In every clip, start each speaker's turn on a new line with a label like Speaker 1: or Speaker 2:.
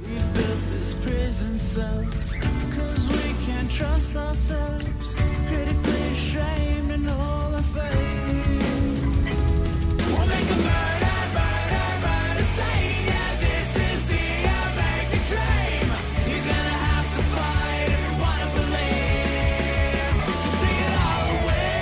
Speaker 1: We've built this prison cell 'cause we can't trust ourselves. Critically ashamed and all our fame. We'll make a murder, murder, murder scene. Yeah, this is the American dream. You're gonna have to fight if you wanna believe. Just take it all away.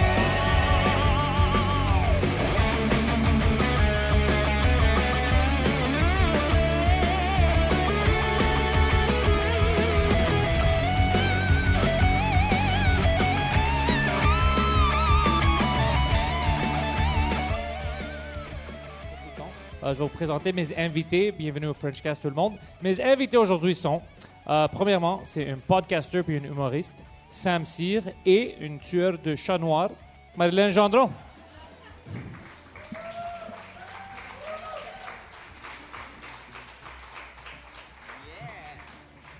Speaker 2: Euh, je vais vous présenter mes invités. Bienvenue au Frenchcast, tout le monde. Mes invités aujourd'hui sont, euh, premièrement, c'est une podcaster puis une humoriste, Sam Cyr, et une tueur de chats noirs, Madeleine Gendron.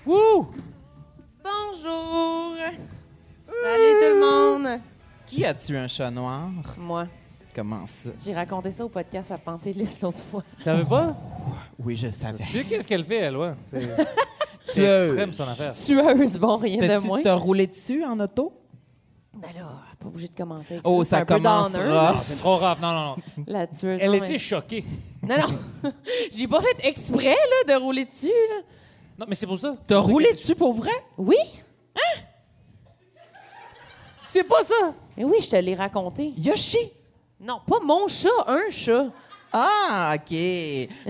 Speaker 2: Wouh!
Speaker 3: Bonjour! Salut tout le monde!
Speaker 4: Qui a tué un chat noir?
Speaker 3: Moi,
Speaker 4: Comment ça?
Speaker 3: j'ai raconté ça au podcast à Pantélis l'autre fois.
Speaker 2: Tu savais pas?
Speaker 4: Oui, je savais.
Speaker 2: Tu sais qu'est-ce qu'elle fait, elle, ouais? C'est c'est extrême, son affaire.
Speaker 3: Tueuse, bon, rien de moins.
Speaker 4: T'as-tu t'as roulé dessus en auto?
Speaker 3: Mais Ben là, pas obligé de commencer avec
Speaker 4: Oh,
Speaker 3: ça.
Speaker 4: ça
Speaker 3: C'est un peu
Speaker 4: commence
Speaker 3: downer,
Speaker 2: Ah,
Speaker 4: rough.
Speaker 2: c'est trop rare. Non, non, non.
Speaker 3: La tueuse.
Speaker 2: Elle
Speaker 3: non,
Speaker 2: était choquée.
Speaker 3: mais- Non, non! j'ai pas fait exprès, là, de rouler dessus, là.
Speaker 2: Non, mais c'est pour ça.
Speaker 4: T'as roulé dessus pour vrai?
Speaker 3: Oui? Hein?
Speaker 2: C'est pas ça!
Speaker 3: Mais oui, je te l'ai raconté.
Speaker 4: Yoshi!
Speaker 3: Non, pas mon chat, un chat.
Speaker 4: Ah, OK.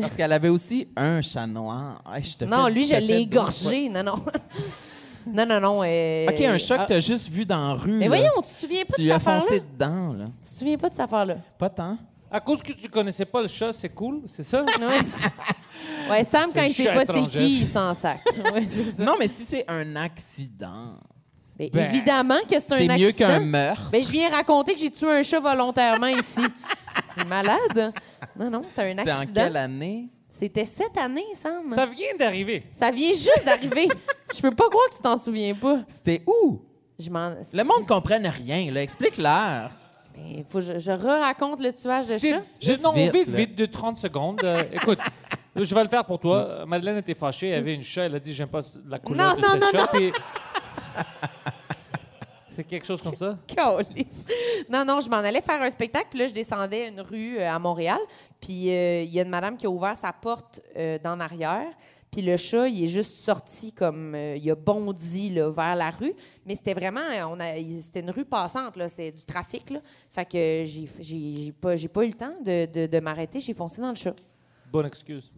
Speaker 4: Parce qu'elle avait aussi un chat noir. Ah, je te
Speaker 3: Non,
Speaker 4: fais-
Speaker 3: lui, je
Speaker 4: te fais
Speaker 3: l'ai
Speaker 4: deux fois.
Speaker 3: égorgé. Non, non. non, non, non. euh,
Speaker 4: OK, un chat que t'as juste vu dans la rue.
Speaker 3: Mais
Speaker 4: là.
Speaker 3: voyons, tu te souviens pas de
Speaker 4: Tu
Speaker 3: cette
Speaker 4: as
Speaker 3: affaire-là?
Speaker 4: foncé dedans, là.
Speaker 3: Tu te souviens pas de cette affaire-là?
Speaker 4: Pas tant.
Speaker 2: À cause que tu connaissais pas le chat, c'est cool, c'est ça?
Speaker 3: Ouais, c'est- ouais, Sam, quand
Speaker 2: une
Speaker 3: il sait
Speaker 2: chatte
Speaker 3: pas c'est
Speaker 2: étrangère.
Speaker 3: qui, il s'en sac. Ouais, c'est ça.
Speaker 4: Non, mais si c'est un accident,
Speaker 3: Ben,
Speaker 2: Ben,
Speaker 3: évidemment que c'est un
Speaker 4: c'est
Speaker 3: accident.
Speaker 4: mieux qu'un meurtre.
Speaker 3: Ben, je viens raconter que j'ai tué un chat volontairement ici. T'es malade? Non, non, c'était un
Speaker 4: C'était en
Speaker 3: accident.
Speaker 4: quelle année?
Speaker 3: C'était cette année, Sam. Ça,
Speaker 2: Ça vient d'arriver.
Speaker 3: vient juste d'arriver. Je peux pas croire que tu t'en souviens pas.
Speaker 4: C'était où?
Speaker 3: Je m'en...
Speaker 4: Le monde comprenne rien, là. Explique-leur.
Speaker 3: Ben, faut que je, je re-raconte le tuage de
Speaker 2: C'est
Speaker 3: chat.
Speaker 4: Juste
Speaker 2: non, vite,
Speaker 4: vite,
Speaker 2: vite,
Speaker 4: là.
Speaker 2: de 30 secondes. Euh, écoute, je vais le faire pour toi. Euh, Madeleine était fâchée, elle avait une chat, elle a dit j'aime pas la couleur
Speaker 3: Non,
Speaker 2: de
Speaker 3: non,
Speaker 2: ce
Speaker 3: non,
Speaker 2: chat. puis- C'est quelque chose comme ça.
Speaker 3: Câlisse. Non, non, je m'en allais faire un spectacle, puis là, je descendais une rue euh, à Montréal, puis euh, il y a une madame qui a ouvert sa porte euh, d'en arrière, puis le chat, il est juste sorti comme... euh, il a bondi là, vers la rue, mais c'était vraiment... euh, on a- il- C'était une rue passante, là, c'était du trafic, là. Fait que euh, j'ai- j'ai j'ai pas, j'ai pas eu le temps de, de- de m'arrêter, j'ai foncé dans le chat.
Speaker 2: Bonne excuse.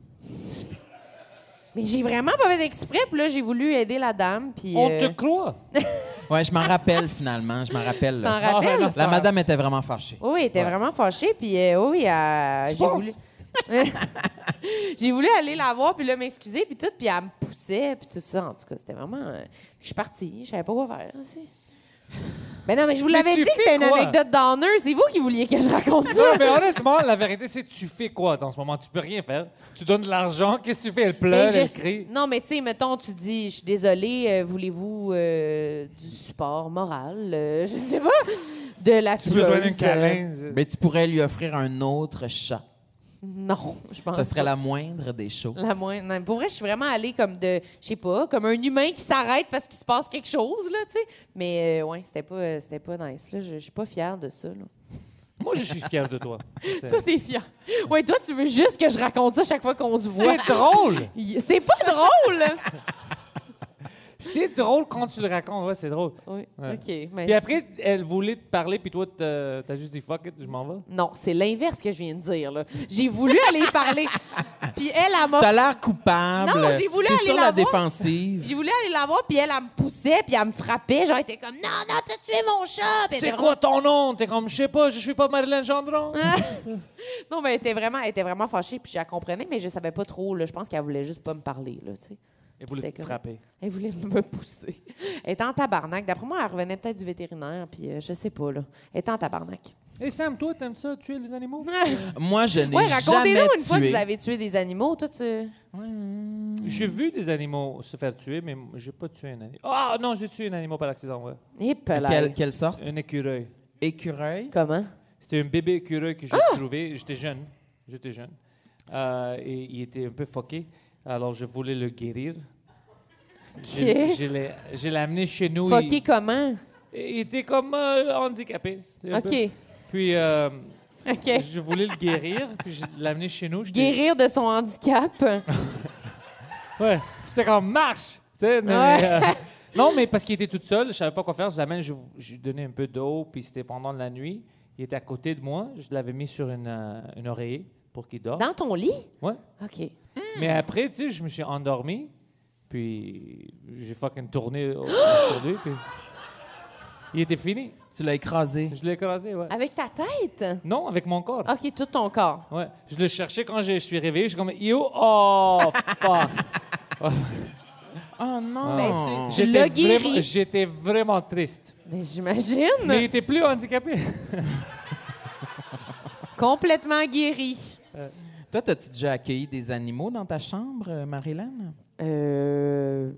Speaker 3: Mais j'ai vraiment pas fait exprès, puis là, j'ai voulu aider la dame, puis...
Speaker 2: On
Speaker 3: euh,
Speaker 2: te croit.
Speaker 4: Ouais, je m'en rappelle finalement. Je m'en rappelle.
Speaker 3: tu
Speaker 4: là.
Speaker 3: t'en rappelles?
Speaker 2: non,
Speaker 4: La madame était vraiment fâchée.
Speaker 3: Oui, oui, elle était vraiment fâchée. Puis euh, oui, oui, euh, j'ai
Speaker 2: penses?
Speaker 3: voulu... j'ai voulu aller la voir, puis là, m'excuser, puis tout. Puis elle me poussait, puis tout ça. En tout cas, c'était vraiment... euh, Je suis partie, je savais pas quoi faire. Mais non, mais je vous
Speaker 2: Mais
Speaker 3: l'avais
Speaker 2: tu
Speaker 3: dit que c'était
Speaker 2: fais
Speaker 3: une
Speaker 2: quoi?
Speaker 3: anecdote downer. C'est vous qui vouliez que je raconte ça.
Speaker 2: Non, mais honnêtement, la vérité, c'est tu fais quoi en ce moment? Tu peux rien faire. Tu donnes de l'argent, qu'est-ce que tu fais? Elle
Speaker 3: Mais
Speaker 2: pleure,
Speaker 3: Ben, je-
Speaker 2: elle crie.
Speaker 3: Non, mais tu sais, mettons, tu dis, je suis désolée, euh, voulez-vous euh, du support moral? euh, je sais pas. De la
Speaker 2: Tu as besoin d'un
Speaker 3: tueuse, euh,
Speaker 2: câlin.
Speaker 4: Mais tu pourrais lui offrir un autre chat.
Speaker 3: Non, je pense
Speaker 4: Ça serait
Speaker 3: pas.
Speaker 4: la moindre des choses.
Speaker 3: La moindre. non, Pour vrai, je suis vraiment allée comme de, je sais pas, comme un humain qui s'arrête parce qu'il se passe quelque chose, là, tu sais. Mais euh, ouais, c'était pas, euh, c'était pas nice, là. Je je suis pas fière de ça, là.
Speaker 2: Moi, je suis fier de toi. C'est-
Speaker 3: Toi, t'es fière. Ouais, toi, tu veux juste que je raconte ça chaque fois qu'on se voit.
Speaker 2: C'est drôle.
Speaker 3: Y- C'est pas drôle!
Speaker 2: C'est drôle quand tu le racontes. Ouais, c'est drôle.
Speaker 3: oui,
Speaker 2: Ouais.
Speaker 3: OK. mais
Speaker 2: Puis après, elle voulait te parler, puis toi, t'as t'as juste dit fuck it, je m'en vais.
Speaker 3: c'est- Non, c'est l'inverse que je viens de dire, là. J'ai voulu aller y parler. Puis elle, elle m'a
Speaker 4: T'as l'air coupable.
Speaker 3: Non, j'ai voulu
Speaker 4: T'es
Speaker 3: aller
Speaker 4: sur
Speaker 3: la
Speaker 4: la
Speaker 3: voir.
Speaker 4: défensive.
Speaker 3: J'ai voulu aller la voir, puis elle, elle me poussait, puis elle me frappait. Genre, elle était comme, non, non, t'as tué mon chat. Puis elle
Speaker 2: C'est
Speaker 3: était
Speaker 2: quoi ton nom? T'es comme, je sais pas, je suis pas Marilyn Gendron.
Speaker 3: vraiment- Non, mais elle était vraiment, elle était vraiment fâchée, puis je la comprenais, mais je savais pas trop. Là. Je pense qu'elle voulait juste pas me parler, là, tu sais.
Speaker 2: Elle voulait
Speaker 3: C'était
Speaker 2: te
Speaker 3: comme-
Speaker 2: frapper.
Speaker 3: Elle voulait me pousser. Elle était en tabarnak. D'après moi, elle revenait peut-être du vétérinaire, puis euh, je sais pas, là. Elle était en tabarnak.
Speaker 2: Et Sam, toi, t'aimes ça, tuer les animaux?
Speaker 4: Moi, je n'ai
Speaker 3: ouais,
Speaker 4: jamais
Speaker 3: racontez-nous une fois que
Speaker 4: tué.
Speaker 3: vous avez tué des animaux, toi, tu...
Speaker 2: J'ai vu des animaux se faire tuer, mais j'ai pas tué un animal. Ah non, j'ai tué un animal par accident, ouais.
Speaker 3: Et
Speaker 4: Quelle, quelle sorte?
Speaker 2: Un écureuil.
Speaker 4: Écureuil?
Speaker 3: Comment?
Speaker 2: C'était un bébé écureuil que j'ai
Speaker 3: Ah!
Speaker 2: trouvé. J'étais jeune. J'étais jeune. Euh, et il était un peu foqué. Alors, je voulais le guérir. Je- Je, l'ai- je l'ai amené chez nous.
Speaker 3: Fucké
Speaker 2: Il,
Speaker 3: comment?
Speaker 2: il était comme euh, handicapé. tu sais, un
Speaker 3: OK.
Speaker 2: peu. Puis, euh,
Speaker 3: OK.
Speaker 2: je voulais le guérir. Puis, je l'ai amené chez nous. J'étais-
Speaker 3: Guérir de son handicap.
Speaker 2: Ouais, c'était comme marche. tu sais, mais,
Speaker 3: Ouais.
Speaker 2: euh, non, mais parce qu'il était tout seul, je savais pas quoi faire. Je l'amène, je, je lui donnais un peu d'eau, puis c'était pendant la nuit. Il était à côté de moi, je l'avais mis sur une, euh, une oreiller pour qu'il dorme.
Speaker 3: Dans ton lit?
Speaker 2: Ouais.
Speaker 3: OK.
Speaker 2: Mais après, tu sais, je me suis endormi, puis j'ai fucking tourné au- sur lui, puis il était fini.
Speaker 4: Tu l'as écrasé.
Speaker 2: Je l'ai écrasé, ouais.
Speaker 3: Avec ta tête?
Speaker 2: Non, avec mon corps.
Speaker 3: OK, tout ton corps.
Speaker 2: Ouais. Je le cherchais quand je suis réveillé, je suis comme, yo, oh, fuck.
Speaker 4: Oh non!
Speaker 3: Ben, tu-
Speaker 2: Ah. J'étais
Speaker 3: l'as guéri.
Speaker 2: vraiment- J'étais vraiment triste.
Speaker 3: Mais j'imagine.
Speaker 2: Mais il était plus handicapé.
Speaker 3: Complètement guéri.
Speaker 4: Toi, t'as-tu déjà accueilli des animaux dans ta chambre, euh, Marilyn?
Speaker 3: Euh,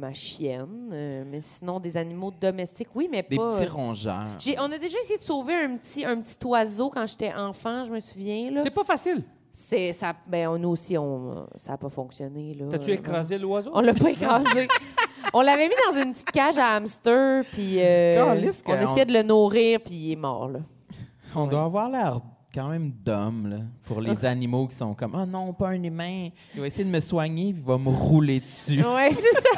Speaker 3: ma chienne. euh, mais sinon, des animaux domestiques, oui, mais
Speaker 4: Des
Speaker 3: pas. euh,
Speaker 4: petits rongeurs.
Speaker 3: J'ai- on a déjà essayé de sauver un petit, un petit oiseau quand j'étais enfant, je me souviens. Là.
Speaker 2: C'est pas facile.
Speaker 3: C'est, ça, ben, on, nous aussi, on, ça n'a pas fonctionné. Là,
Speaker 2: T'as-tu
Speaker 3: Euh,
Speaker 2: écrasé l'oiseau?
Speaker 3: On l'a pas écrasé. on l'avait mis dans une petite cage à hamster, puis euh,
Speaker 4: Calisse que
Speaker 3: on essayait de le nourrir, puis il est mort. Là.
Speaker 4: On doit avoir l'air quand même d'homme là, pour les animaux qui sont comme « Ah non, pas un humain! Il va essayer de me soigner, puis il va me rouler dessus.
Speaker 3: Ouais, c'est ça.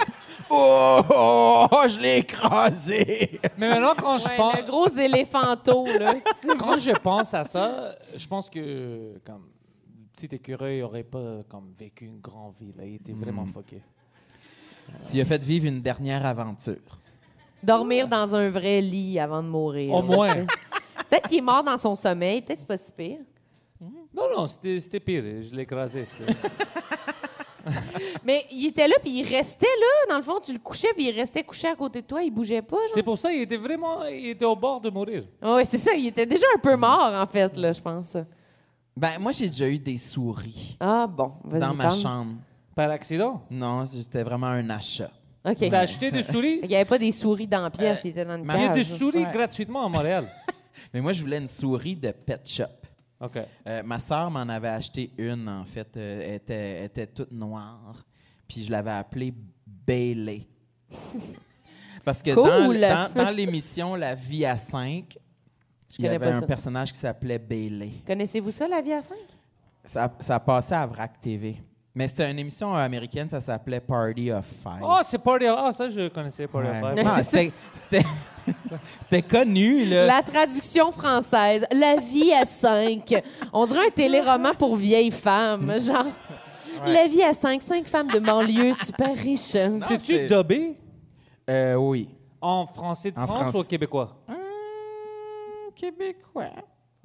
Speaker 4: Oh, oh, oh, je l'ai écrasé!
Speaker 2: Mais maintenant, quand je
Speaker 3: Ouais,
Speaker 2: pense,
Speaker 3: le gros éléphanto, là.
Speaker 2: quand je pense à ça, je pense que euh, comme le petit écureuil aurait pas euh, comme vécu une grande vie. Là. Il était vraiment foqué. »
Speaker 4: Tu lui as fait vivre une dernière aventure.
Speaker 3: Dormir dans un vrai lit avant de mourir.
Speaker 2: Au moins.
Speaker 3: Peut-être qu'il est mort dans son sommeil, peut-être c'est pas si pire.
Speaker 2: Non, non, c'était c'était pire. Je l'ai écrasé. c'était-
Speaker 3: Mais il était là, puis il restait là. Dans le fond, tu le couchais, puis il restait couché à côté de toi, il bougeait pas.
Speaker 2: C'est pour ça qu'il était vraiment il était au bord de mourir.
Speaker 3: Oui, c'est ça, il était déjà un peu mort, en fait, là, je pense.
Speaker 4: Ben, moi, j'ai déjà eu des souris
Speaker 3: Ah bon, vas-y.
Speaker 4: dans ma
Speaker 3: parle.
Speaker 4: chambre.
Speaker 2: Par accident.
Speaker 4: Non, c'était vraiment un achat.
Speaker 3: OK.
Speaker 2: T'as acheté des Euh, souris?
Speaker 3: Il n'y avait pas des souris dans la pièce, il était dans une
Speaker 4: ma-
Speaker 3: cage.
Speaker 2: Il y a des
Speaker 3: là.
Speaker 2: souris
Speaker 4: ouais.
Speaker 2: gratuitement à Montréal.
Speaker 4: Mais moi, je voulais une souris de pet shop.
Speaker 2: OK.
Speaker 4: Euh, ma sœur m'en avait acheté une, en fait. Euh, elle, était, elle était toute noire. Puis je l'avais appelée Bailey. Parce que dans,
Speaker 3: Cool.
Speaker 4: dans- dans l'émission La vie à 5, il y
Speaker 3: connais
Speaker 4: avait
Speaker 3: pas
Speaker 4: un
Speaker 3: ça.
Speaker 4: personnage qui s'appelait Bailey.
Speaker 3: Connaissez-vous ça, la vie à 5?
Speaker 4: Ça, ça passait à VRAC TV. Mais c'était une émission euh, américaine, ça s'appelait Party of Five.
Speaker 2: Oh, c'est Party of... Ah, ça, je connaissais Party
Speaker 4: Ouais.
Speaker 2: of Five. Ah,
Speaker 4: Non,
Speaker 3: Ah,
Speaker 4: c'était- C'était c'était connu,
Speaker 2: Euh.
Speaker 4: là.
Speaker 3: La traduction française, la vie à 5. On dirait un téléroman pour vieilles femmes, genre. La vie à 5, 5 femmes de banlieue super riches.
Speaker 2: C'est-tu
Speaker 4: c'est-
Speaker 2: dobé
Speaker 4: Euh, oui.
Speaker 2: en français de
Speaker 4: En
Speaker 2: France, ou
Speaker 4: France.
Speaker 2: québécois?
Speaker 4: Hum, Québécois.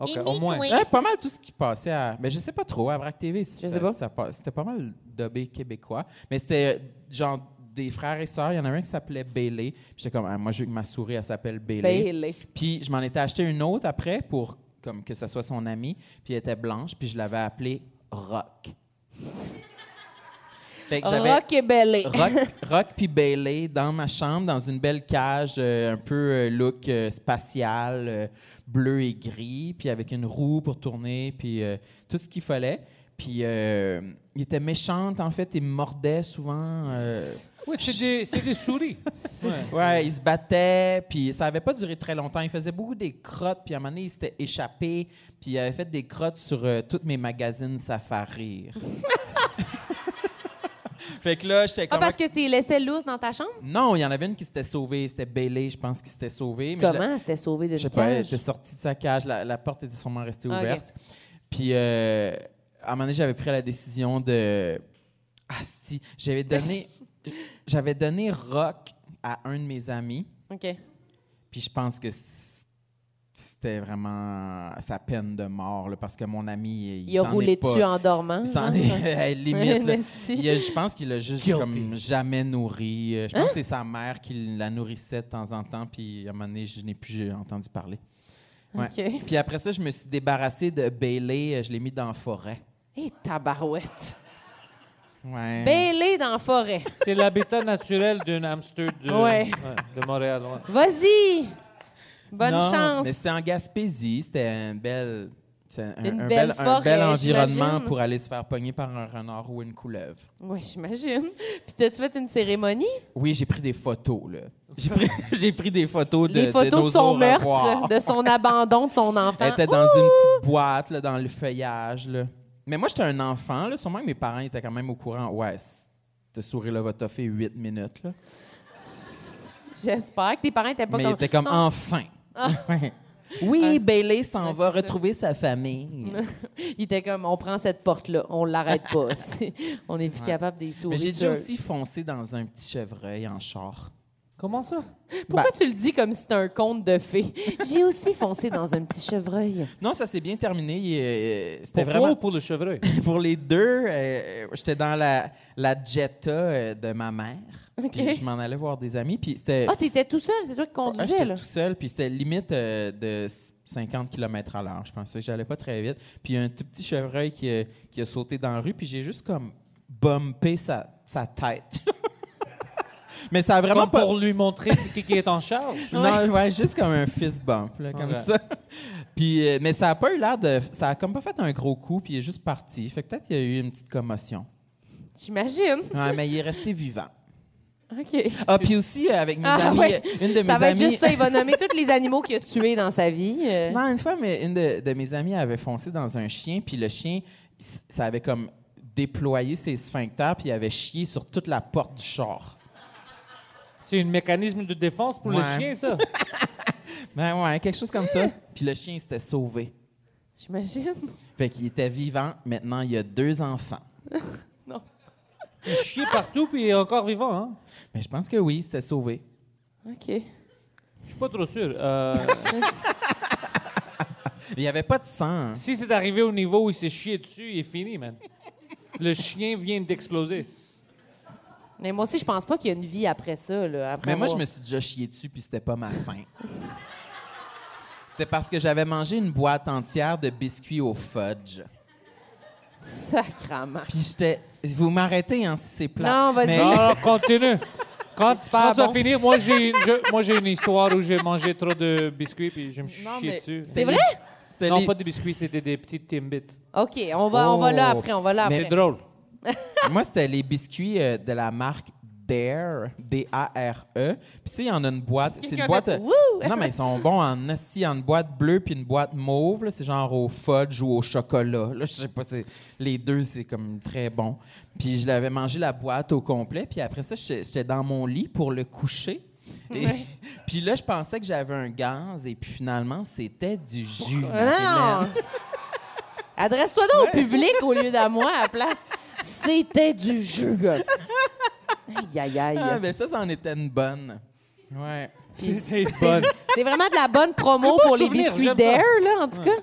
Speaker 2: OK, au moins.
Speaker 4: Ouais, pas mal tout ce qui passait à. Mais je sais pas trop, à VRAC TV. si
Speaker 3: Je
Speaker 4: ça-
Speaker 3: sais pas.
Speaker 4: ça passe- C'était pas mal d'obé québécois. Mais c'était euh, genre des frères et sœurs. Il y en a un qui s'appelait Bailey. Puis J'étais comme, ah, moi, je veux que ma souris, elle s'appelle Bailey.
Speaker 3: Bailey.
Speaker 4: Puis je m'en étais acheté une autre après pour comme que ça soit son amie. Puis elle était blanche. Puis je l'avais appelée Rock. Fait que j'avais-
Speaker 3: Rock et Belé.
Speaker 4: Rock, Rock puis Bailey dans ma chambre, dans une belle cage, euh, un peu euh, look euh, spatial, euh, bleu et gris, puis avec une roue pour tourner, puis euh, tout ce qu'il fallait. Puis euh, il était méchante, en fait, il me mordait souvent. euh,
Speaker 2: Oui, c'est des, c'est des souris. Ouais.
Speaker 4: Ouais, il se battait, puis ça avait pas duré très longtemps. Il faisait beaucoup des crottes, puis à un moment donné, il s'était échappé, puis il avait fait des crottes sur euh, tous mes magazines Safari. fait que là, j'étais
Speaker 3: Ah,
Speaker 4: comme...
Speaker 3: parce que t'es laissé loose dans ta chambre?
Speaker 4: Non, il y en avait une qui s'était sauvée. C'était Bailey, je pense, qui s'était sauvée. mais je la-
Speaker 3: Comment c'était sauvé
Speaker 4: Je
Speaker 3: d'une
Speaker 4: sais pas, elle
Speaker 3: cage?
Speaker 4: était sortie de sa cage. La, la porte était sûrement restée
Speaker 3: Ah, ok.
Speaker 4: ouverte. Puis euh, à un moment donné, j'avais pris la décision de. Ah, si, j'avais donné, j'avais donné rock à un de mes amis,
Speaker 3: OK.
Speaker 4: puis je pense que c- c'était vraiment sa peine de mort, là, parce que mon ami, il,
Speaker 3: Il a
Speaker 4: s'en
Speaker 3: roulé
Speaker 4: est pas-
Speaker 3: dessus en dormant.
Speaker 4: il s'en
Speaker 3: genre.
Speaker 4: est, limite. là.
Speaker 3: Nasty.
Speaker 4: Il a- je pense qu'il a juste
Speaker 2: Guilty.
Speaker 4: comme jamais nourri. Euh, Je
Speaker 3: Hein?
Speaker 4: pense que c'est sa mère qui la nourrissait de temps en temps, puis à un moment donné, je n'ai plus entendu parler. Ouais.
Speaker 3: OK.
Speaker 4: Puis après ça, je me suis débarrassé de Bailey, euh, je l'ai mis dans la forêt.
Speaker 3: Et tabarouette.
Speaker 4: Ouais.
Speaker 3: Bêlé dans la forêt.
Speaker 2: C'est l'habitat naturel d'un hamster de,
Speaker 3: Ouais.
Speaker 2: de Montréal. ouais.
Speaker 3: Vas-y! Bonne
Speaker 4: Non,
Speaker 3: chance.
Speaker 4: Mais c'était en Gaspésie, c'était un bel, c'est un,
Speaker 3: Une
Speaker 4: un
Speaker 3: belle
Speaker 4: bel, un
Speaker 3: forêt,
Speaker 4: bel environnement
Speaker 3: j'imagine.
Speaker 4: pour aller se faire pogner par un renard ou une couleuvre.
Speaker 3: Oui, j'imagine. Puis t'as-tu fait une cérémonie?
Speaker 4: Oui, j'ai pris des photos, là. J'ai pris, j'ai pris des photos de,
Speaker 3: Les photos de,
Speaker 4: nos
Speaker 3: son
Speaker 4: au
Speaker 3: meurtre,
Speaker 4: revoir.
Speaker 3: de son abandon, de son enfant.
Speaker 4: Elle était dans une petite boîte, là, dans le feuillage. Là. Mais moi, j'étais un enfant. Là. Sûrement que mes parents étaient quand même au courant. Ouais, te souris là va fait 8 minutes. Là.
Speaker 3: J'espère que tes parents étaient pas
Speaker 4: Mais
Speaker 3: comme...
Speaker 4: ils étaient comme
Speaker 3: Non.
Speaker 4: enfin. Ouais. oui, Bailey s'en
Speaker 3: Ouais,
Speaker 4: va
Speaker 3: c'est ça.
Speaker 4: retrouver sa famille.
Speaker 3: Il était comme, on prend cette porte-là, on l'arrête pas. C'est- on est plus capable des
Speaker 4: Mais
Speaker 3: souris.
Speaker 4: j'ai déjà
Speaker 3: sur-
Speaker 4: aussi foncé dans un petit chevreuil en char.
Speaker 2: Comment ça?
Speaker 3: Pourquoi
Speaker 4: Ben,
Speaker 3: tu le dis comme si c'était un conte de fées? Bah. J'ai aussi foncé dans un petit chevreuil.
Speaker 4: non, ça s'est bien terminé. Il, euh, C'était
Speaker 2: Pour toi ou
Speaker 4: vraiment
Speaker 2: pour le chevreuil?
Speaker 4: pour les deux. euh, J'étais dans la, la Jetta euh, de ma mère.
Speaker 3: OK.
Speaker 4: Puis je m'en allais voir des amis. Puis c'était.
Speaker 3: Ah, t'étais tout seul, c'est toi qui
Speaker 4: Ouais,
Speaker 3: conduisais,
Speaker 4: Ah, J'étais
Speaker 3: là.
Speaker 4: tout seul, puis c'était limite euh, de s- 50 km à l'heure, je pense. Fait que J'allais pas très vite. Puis il y a un tout petit chevreuil qui a, qui a sauté dans la rue, puis j'ai juste comme bumpé sa, sa tête. Mais ça a vraiment
Speaker 2: Comme
Speaker 4: pas.
Speaker 2: pour lui montrer c'est qui qui est en charge.
Speaker 4: Non, ouais. juste comme un fist bump, là, comme
Speaker 2: Ouais.
Speaker 4: ça. puis, euh, mais ça a pas eu l'air de. Ça a comme pas fait un gros coup, puis il est juste parti. Fait que peut-être qu'il y a eu une petite commotion.
Speaker 3: J'imagine.
Speaker 4: Ouais, mais il est resté vivant.
Speaker 3: OK.
Speaker 4: Ah, puis aussi, euh, avec mes
Speaker 3: Ah,
Speaker 4: amis,
Speaker 3: ouais.
Speaker 4: euh, une de mes
Speaker 3: Ça va
Speaker 4: amies.
Speaker 3: être juste ça, il va nommer tous les animaux qu'il a tués dans sa vie. euh.
Speaker 4: Non, une fois, mais une de, de mes amies avait foncé dans un chien, puis le chien, s- ça avait comme déployé ses sphincters, puis il avait chié sur toute la porte du char.
Speaker 2: C'est un mécanisme de défense pour le
Speaker 4: Ouais.
Speaker 2: chien, ça.
Speaker 4: Ben ouais, quelque chose comme ça. Puis le chien il s'était sauvé.
Speaker 3: J'imagine.
Speaker 4: Fait qu'il était vivant. Maintenant, il y a deux enfants.
Speaker 2: Il chie partout puis il est encore vivant. Hein?
Speaker 4: Mais Ben, je pense que oui, il s'était sauvé.
Speaker 3: OK.
Speaker 2: Je suis pas trop sûr. Euh,
Speaker 4: Il n'y avait pas de sang. hein.
Speaker 2: si c'est arrivé au niveau où il s'est chié dessus, il est fini, man. Le chien vient d'exploser.
Speaker 3: Mais moi aussi, je pense pas qu'il y a une vie après ça. Là, après
Speaker 4: Mais moi, je
Speaker 3: avoir-
Speaker 4: me suis déjà chié dessus, puis c'était pas ma faim. C'était parce que j'avais mangé une boîte entière de biscuits au fudge.
Speaker 3: Sacrement.
Speaker 4: Puis j'étais. Vous m'arrêtez, hein, si c'est plat.
Speaker 3: Non, vas-y.
Speaker 2: Non, non, continue. Quand,
Speaker 3: super
Speaker 2: quand ça va
Speaker 3: bon.
Speaker 2: finir, moi j'ai, je- moi, j'ai une histoire où j'ai mangé trop de biscuits puis je me suis
Speaker 4: Non,
Speaker 2: chié
Speaker 4: mais-
Speaker 2: dessus.
Speaker 3: C'est vrai?
Speaker 4: C'était
Speaker 2: Non,
Speaker 4: les-
Speaker 2: pas des biscuits, c'était des petites Timbits.
Speaker 3: OK, on va, on va là
Speaker 4: Oh.
Speaker 3: après, on va là
Speaker 4: Mais
Speaker 3: après.
Speaker 2: C'est drôle.
Speaker 4: Moi, c'était les biscuits euh, de la marque Dare, D-A-R-E. E. Puis tu sais, il y en a une boîte. C'est
Speaker 3: Quelqu'un
Speaker 4: une boîte.
Speaker 3: fait
Speaker 4: euh,
Speaker 3: Wouh!
Speaker 4: Non, mais ils sont bons en esti, en une boîte bleue puis une boîte mauve. là. C'est genre au fudge ou au chocolat. Là, je sais pas, c'est- les deux, c'est comme très bon. Puis je l'avais mangé la boîte au complet. Puis après ça, j'étais j'étais dans mon lit pour le coucher. Et-
Speaker 3: Ouais.
Speaker 4: puis là, je pensais que j'avais un gaz. Et puis finalement, c'était du jus.
Speaker 3: Ah, non! Adresse-toi donc au public au lieu d'à moi à la place. C'était du jus. gars. Aïe, aïe, aïe.
Speaker 4: Ah, ben ça, c'en était une bonne. Ouais.
Speaker 2: C'était
Speaker 3: C'est-
Speaker 2: bonne.
Speaker 3: C'est vraiment de la bonne promo
Speaker 2: C'est bon
Speaker 3: pour les
Speaker 2: souvenir,
Speaker 3: biscuits
Speaker 2: j'aime ça.
Speaker 3: d'air, là, en tout cas.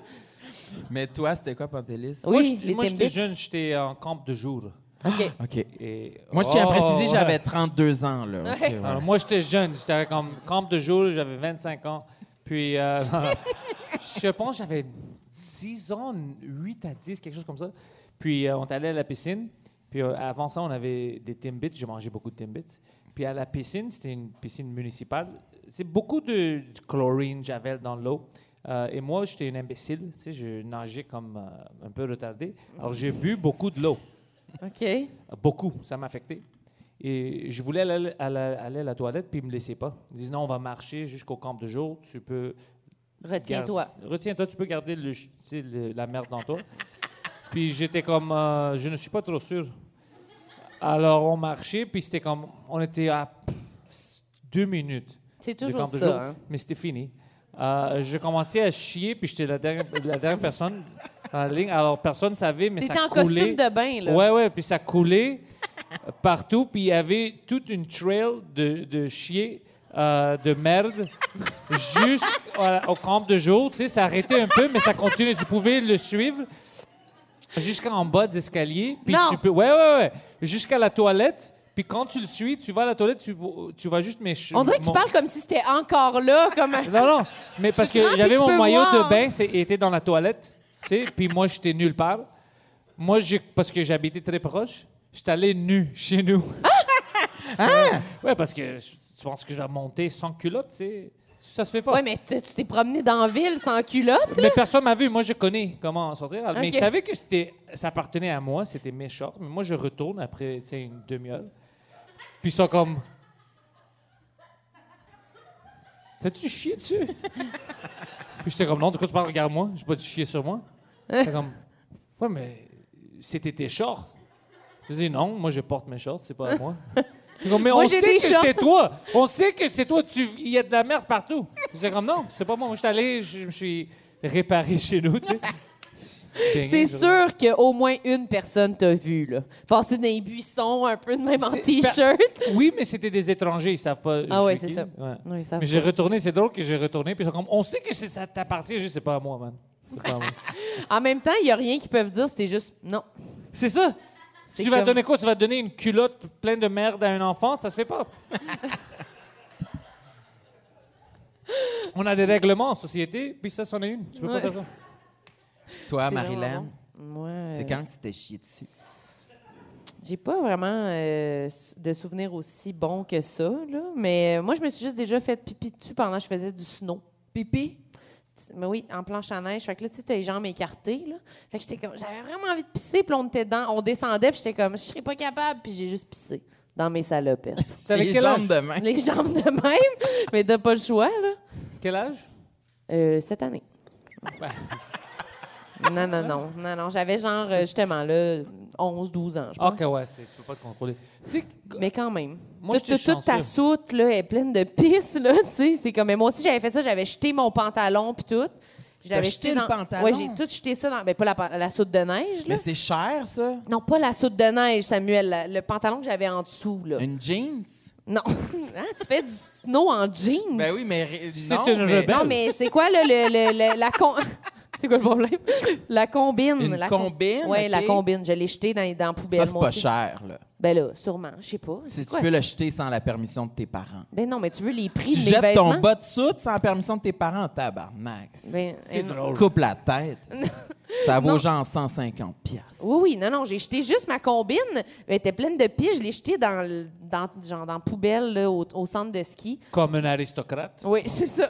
Speaker 4: Mais toi, c'était quoi, Pantélis?
Speaker 3: Oui,
Speaker 2: moi,
Speaker 3: les
Speaker 2: j'étais- moi, j'étais
Speaker 3: Timbits.
Speaker 2: jeune, j'étais en camp de jour.
Speaker 3: OK.
Speaker 4: OK.
Speaker 2: Et-
Speaker 4: Moi, je tiens à
Speaker 2: Oh,
Speaker 4: préciser,
Speaker 2: ouais.
Speaker 4: j'avais 32 ans, là.
Speaker 2: Ah.
Speaker 4: OK,
Speaker 3: Ouais.
Speaker 4: voilà.
Speaker 2: Alors, Euh, moi, j'étais jeune. J'étais comme camp de jour, j'avais 25 ans. Puis, euh, je pense que j'avais 10 ans, 8 à 10, quelque chose comme ça. Puis, euh, on est allé à la piscine. Puis, euh, avant ça, on avait des Timbits. Je mangeais beaucoup de Timbits. Puis, à la piscine, c'était une piscine municipale. C'est beaucoup de chlorine, javel dans l'eau. Euh, et moi, j'étais une imbécile. Tu sais, je nageais comme euh, un peu retardé. Alors, j'ai bu beaucoup de l'eau.
Speaker 3: OK.
Speaker 2: Beaucoup, ça m'a affecté. Et je voulais aller à la, aller à la toilette, puis ils me laissaient pas. Ils disaient non, on va marcher jusqu'au camp de jour, tu peux.
Speaker 3: Retiens-toi.
Speaker 2: garder- Retiens-toi, tu peux garder le ch- tu sais, le- la merde dans toi. puis j'étais comme, euh, je ne suis pas trop sûr. Alors on marchait, puis c'était comme, on était à pff, deux minutes.
Speaker 3: C'est
Speaker 2: du
Speaker 3: toujours
Speaker 2: camp de
Speaker 3: ça.
Speaker 2: jour,
Speaker 3: hein.
Speaker 2: Mais c'était fini. Euh, je commençais à chier, puis j'étais la dernière, la dernière personne dans la ligne. Alors, personne ne savait, mais ça
Speaker 3: T'étais en
Speaker 2: coulait.
Speaker 3: costume de bain, là.
Speaker 2: Ouais, ouais, puis ça coulait partout, puis il y avait toute une trail de, de chier, euh, de merde, jusqu'au camp de jour. Tu sais, ça arrêtait un peu, mais ça continuait. Tu pouvais le suivre jusqu'en bas des escaliers, puis
Speaker 3: Non.
Speaker 2: tu peux... Ouais, ouais, ouais. Jusqu'à la toilette, puis quand tu le suis, tu vas à la toilette, tu, tu vas juste mes cheveux.
Speaker 3: On dirait que tu parles comme si c'était encore là, comme un-
Speaker 2: Non, non, mais parce
Speaker 3: te rends,
Speaker 2: que j'avais
Speaker 3: puis tu
Speaker 2: mon
Speaker 3: peux
Speaker 2: maillot
Speaker 3: voir.
Speaker 2: de bain, c'est- il était dans la toilette, tu sais, puis moi, j'étais nulle part. Moi, j'ai- parce que j'habitais très proche, j'étais allé nu chez nous.
Speaker 3: Ah!
Speaker 2: Ouais, ouais, parce que tu penses que j'ai monté sans culotte, tu sais, ça se fait pas.
Speaker 3: Ouais, mais t- tu t'es promené dans la ville sans culotte.
Speaker 2: Mais personne m'a vu. Moi, je connais comment en sortir. Mais il
Speaker 3: Ok.
Speaker 2: savait que c'était, ça appartenait à moi. C'était mes shorts. Mais moi, je retourne après tu sais, une demi-heure. Puis ils sont comme. T'as-tu chié dessus? Puis j'étais comme, non, du coup, tu parles, regarde-moi. J'ai pas dû chier sur moi. J'étais comme, ouais, mais c'était tes shorts. Je dis, non, moi, je porte mes shorts, c'est pas à moi. Ils sont comme, mais
Speaker 3: Moi,
Speaker 2: on
Speaker 3: j'ai
Speaker 2: sait
Speaker 3: des
Speaker 2: que
Speaker 3: shorts.
Speaker 2: c'est toi. On sait que c'est toi. Tu- Il y a de la merde partout. J'étais comme, non, c'est pas moi. Moi, je suis allé, je me suis réparé chez nous, tu sais.
Speaker 3: C'est
Speaker 2: Baigné, je-
Speaker 3: sûr qu'au moins une personne t'a vu, là. Passer dans les buissons, un peu de même en
Speaker 2: C'est-
Speaker 3: t-shirt.
Speaker 2: Oui, mais c'était des étrangers, ils savent pas.
Speaker 3: Ah
Speaker 2: je
Speaker 3: ouais,
Speaker 2: suis
Speaker 3: c'est
Speaker 2: qui.
Speaker 3: ça.
Speaker 2: Ouais.
Speaker 3: Oui, ça
Speaker 2: Mais j'ai retourné, c'est drôle que j'ai retourné, puis ils sont comme, on sait que c'est- ça t'appartient, juste, c'est pas à moi, man. C'est pas à moi.
Speaker 3: En même temps, il n'y a rien qu'ils peuvent dire, c'était juste non.
Speaker 2: C'est ça.
Speaker 3: C'est
Speaker 2: Tu vas
Speaker 3: comme-
Speaker 2: donner quoi? Tu vas donner une culotte pleine de merde à un enfant? Ça se fait pas. On a des règlements en société, puis ça, c'en est une. Tu peux
Speaker 3: Ouais.
Speaker 2: pas faire ça.
Speaker 4: Toi,
Speaker 3: C'est
Speaker 4: Marilyn,
Speaker 3: vraiment bon. Moi,
Speaker 4: c'est
Speaker 3: euh,
Speaker 4: quand que tu t'es chié dessus?
Speaker 3: J'ai pas vraiment euh, sou- de souvenirs aussi bons que ça, là. Mais euh, moi, je me suis juste déjà fait pipi dessus pendant que je faisais du snow.
Speaker 4: Pipi?
Speaker 3: Tu- Mais oui, en planche à neige. Fait que là, tu sais, t'as les jambes écartées, là. Fait que j'étais comme, j'avais vraiment envie de pisser, puis on était dans, on descendait, puis j'étais comme, je serais pas capable, puis j'ai juste pissé dans mes salopettes.
Speaker 2: T'avais
Speaker 4: Les
Speaker 2: quel âge?
Speaker 4: jambes de main.
Speaker 3: les jambes de même, mais t'as pas le choix, là.
Speaker 2: Quel âge?
Speaker 3: Euh, cette année.
Speaker 2: Ben.
Speaker 3: non, non, non. Non, non. J'avais genre, euh, justement, là, 11, 12 ans, je pense.
Speaker 2: Ah, Ok, ouais, c'est- tu peux pas te contrôler. Tu sais,
Speaker 3: Mais quand même.
Speaker 2: Moi,
Speaker 3: Toute-
Speaker 2: j'étais
Speaker 3: toute- toute ta
Speaker 2: chanceux.
Speaker 3: soute là, est pleine de pisse, là, tu sais. C'est comme... Mais moi aussi, j'avais fait ça. J'avais jeté mon pantalon puis tout. Je l'avais
Speaker 4: jeté le
Speaker 3: dans...
Speaker 4: pantalon?
Speaker 3: Ouais, j'ai tout jeté ça dans... Ben, pas la, pan- la soute de neige, là.
Speaker 4: Mais c'est cher, ça?
Speaker 3: Non, pas la soute de neige, Samuel. la- Le pantalon que j'avais en dessous, là.
Speaker 4: Une jeans?
Speaker 3: Non. Hein, tu fais du snow en jeans?
Speaker 4: Ben oui, mais. ré- non,
Speaker 2: une
Speaker 4: mais- ben
Speaker 2: rebelle.
Speaker 3: Non, mais c'est quoi, là, le, le- le- la... con- C'est quoi le problème? La combine.
Speaker 4: Une
Speaker 3: la com-
Speaker 4: combine,
Speaker 3: Ouais,
Speaker 4: ok.
Speaker 3: la combine. Je l'ai jetée dans, dans la poubelle,
Speaker 4: Ça, c'est
Speaker 3: moi
Speaker 4: pas
Speaker 3: aussi.
Speaker 4: cher, là.
Speaker 3: Ben là, sûrement. Je sais pas.
Speaker 4: Si
Speaker 3: C'est
Speaker 4: tu
Speaker 3: quoi?
Speaker 4: peux le jeter sans la permission de tes parents.
Speaker 3: Ben non, mais tu veux les prix
Speaker 4: Tu
Speaker 3: de mes
Speaker 4: jettes
Speaker 3: vêtements?
Speaker 4: ton bas de soute sans la permission de tes parents, tabarnak.
Speaker 3: Ben,
Speaker 2: C'est
Speaker 3: eh non.
Speaker 2: drôle.
Speaker 4: Coupe la tête. ça vaut
Speaker 3: Non.
Speaker 4: genre 150 piastres.
Speaker 3: Oui, oui, non, non, j'ai jeté juste ma combine. Elle était pleine de pis, je l'ai jetée dans, le- dans, genre, dans la poubelle là, au, au centre de ski.
Speaker 2: Comme un aristocrate.
Speaker 3: Oui, c'est ça.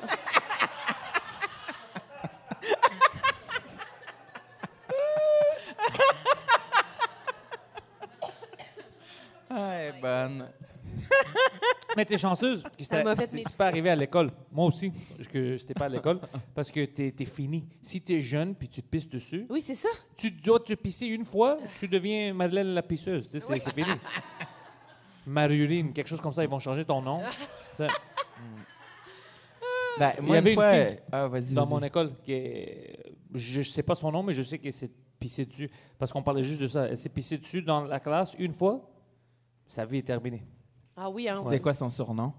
Speaker 4: Ah, elle est bonne.
Speaker 2: Mais t'es chanceuse. que
Speaker 3: Ça
Speaker 2: c'était-
Speaker 3: m'a fait
Speaker 2: C'est
Speaker 3: mes-
Speaker 2: c'est pas arrivé à l'école. Moi aussi, parce que j'étais pas à l'école. Parce que t'es es fini. Si t'es jeune puis tu te pisses dessus,
Speaker 3: Oui, c'est ça.
Speaker 2: tu dois te pisser une fois, tu deviens Madeleine la pisseuse. Tu sais, C'est c'est fini. Marurine, quelque chose comme ça, ils vont changer ton nom. Ça,
Speaker 4: Ben,
Speaker 2: Il y
Speaker 4: moi, une
Speaker 2: avait une
Speaker 4: fois-
Speaker 2: fille
Speaker 4: ah, vas-y,
Speaker 2: dans
Speaker 4: vas-y.
Speaker 2: mon école, qui est- je sais pas son nom, mais je sais qu'elle s'est pissée dessus. Parce qu'on parlait juste de ça. Elle s'est pissée dessus dans la classe une fois, sa vie est terminée.
Speaker 3: Ah oui, hein.
Speaker 4: C'était quoi son surnom?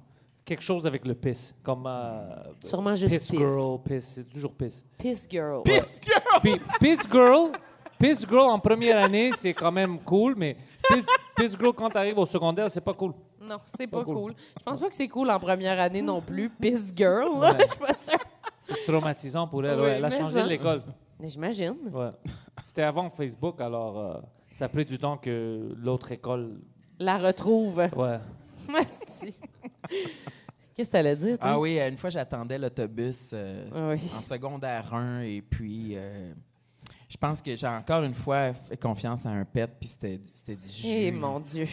Speaker 2: Quelque chose avec le pisse, comme. euh,
Speaker 3: Sûrement juste
Speaker 2: piss.
Speaker 3: pisse.
Speaker 2: girl, piss, c'est toujours pisse.
Speaker 3: Piss girl.
Speaker 2: Puis Piss Girl, Piss Girl en première année, c'est quand même cool, mais Piss, Piss Girl quand t'arrives au secondaire, c'est pas cool.
Speaker 3: Non, c'est pas,
Speaker 2: Pas
Speaker 3: cool.
Speaker 2: cool.
Speaker 3: Je pense pas que c'est cool en première année non plus. Piss girl, là,
Speaker 2: Ouais.
Speaker 3: je suis pas sûre.
Speaker 2: C'est traumatisant pour elle.
Speaker 3: Oui,
Speaker 2: ouais. Elle a
Speaker 3: mais
Speaker 2: changé
Speaker 3: ça.
Speaker 2: l'école.
Speaker 3: Mais j'imagine.
Speaker 2: Ouais. C'était avant Facebook, alors euh, ça a pris du temps que l'autre école.
Speaker 3: La retrouve.
Speaker 2: Ouais.
Speaker 3: Asti. Qu'est-ce que t'allais dire, toi?
Speaker 4: Ah oui, euh, une fois, j'attendais l'autobus euh,
Speaker 3: Ah oui.
Speaker 4: en secondaire 1 et puis... euh, je pense que j'ai encore une fois fait confiance à un pet, puis c'était c'était du jus.
Speaker 3: Eh mon Dieu.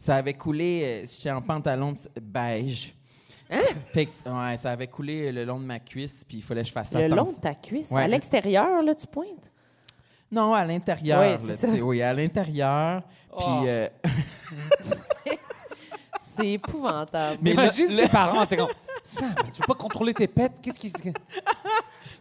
Speaker 4: Ça avait coulé, euh, j'étais en pantalon pis c'est- beige.
Speaker 3: Hein?
Speaker 4: Fait que, ouais, ça avait coulé le long de ma cuisse, puis il fallait que je fasse
Speaker 3: Le
Speaker 4: attention.
Speaker 3: long de ta cuisse.
Speaker 4: Ouais.
Speaker 3: À l'extérieur, là, tu pointes.
Speaker 4: Non, à l'intérieur.
Speaker 3: Oui,
Speaker 4: là,
Speaker 3: c'est ça.
Speaker 4: tu sais, Oui, à l'intérieur.
Speaker 2: Oh.
Speaker 4: Puis, euh,
Speaker 3: C'est épouvantable.
Speaker 4: Mais
Speaker 2: Imagine
Speaker 4: le-
Speaker 2: ses parents, t'es comme. Sam, tu peux pas contrôler tes pets? Qu'est-ce qui.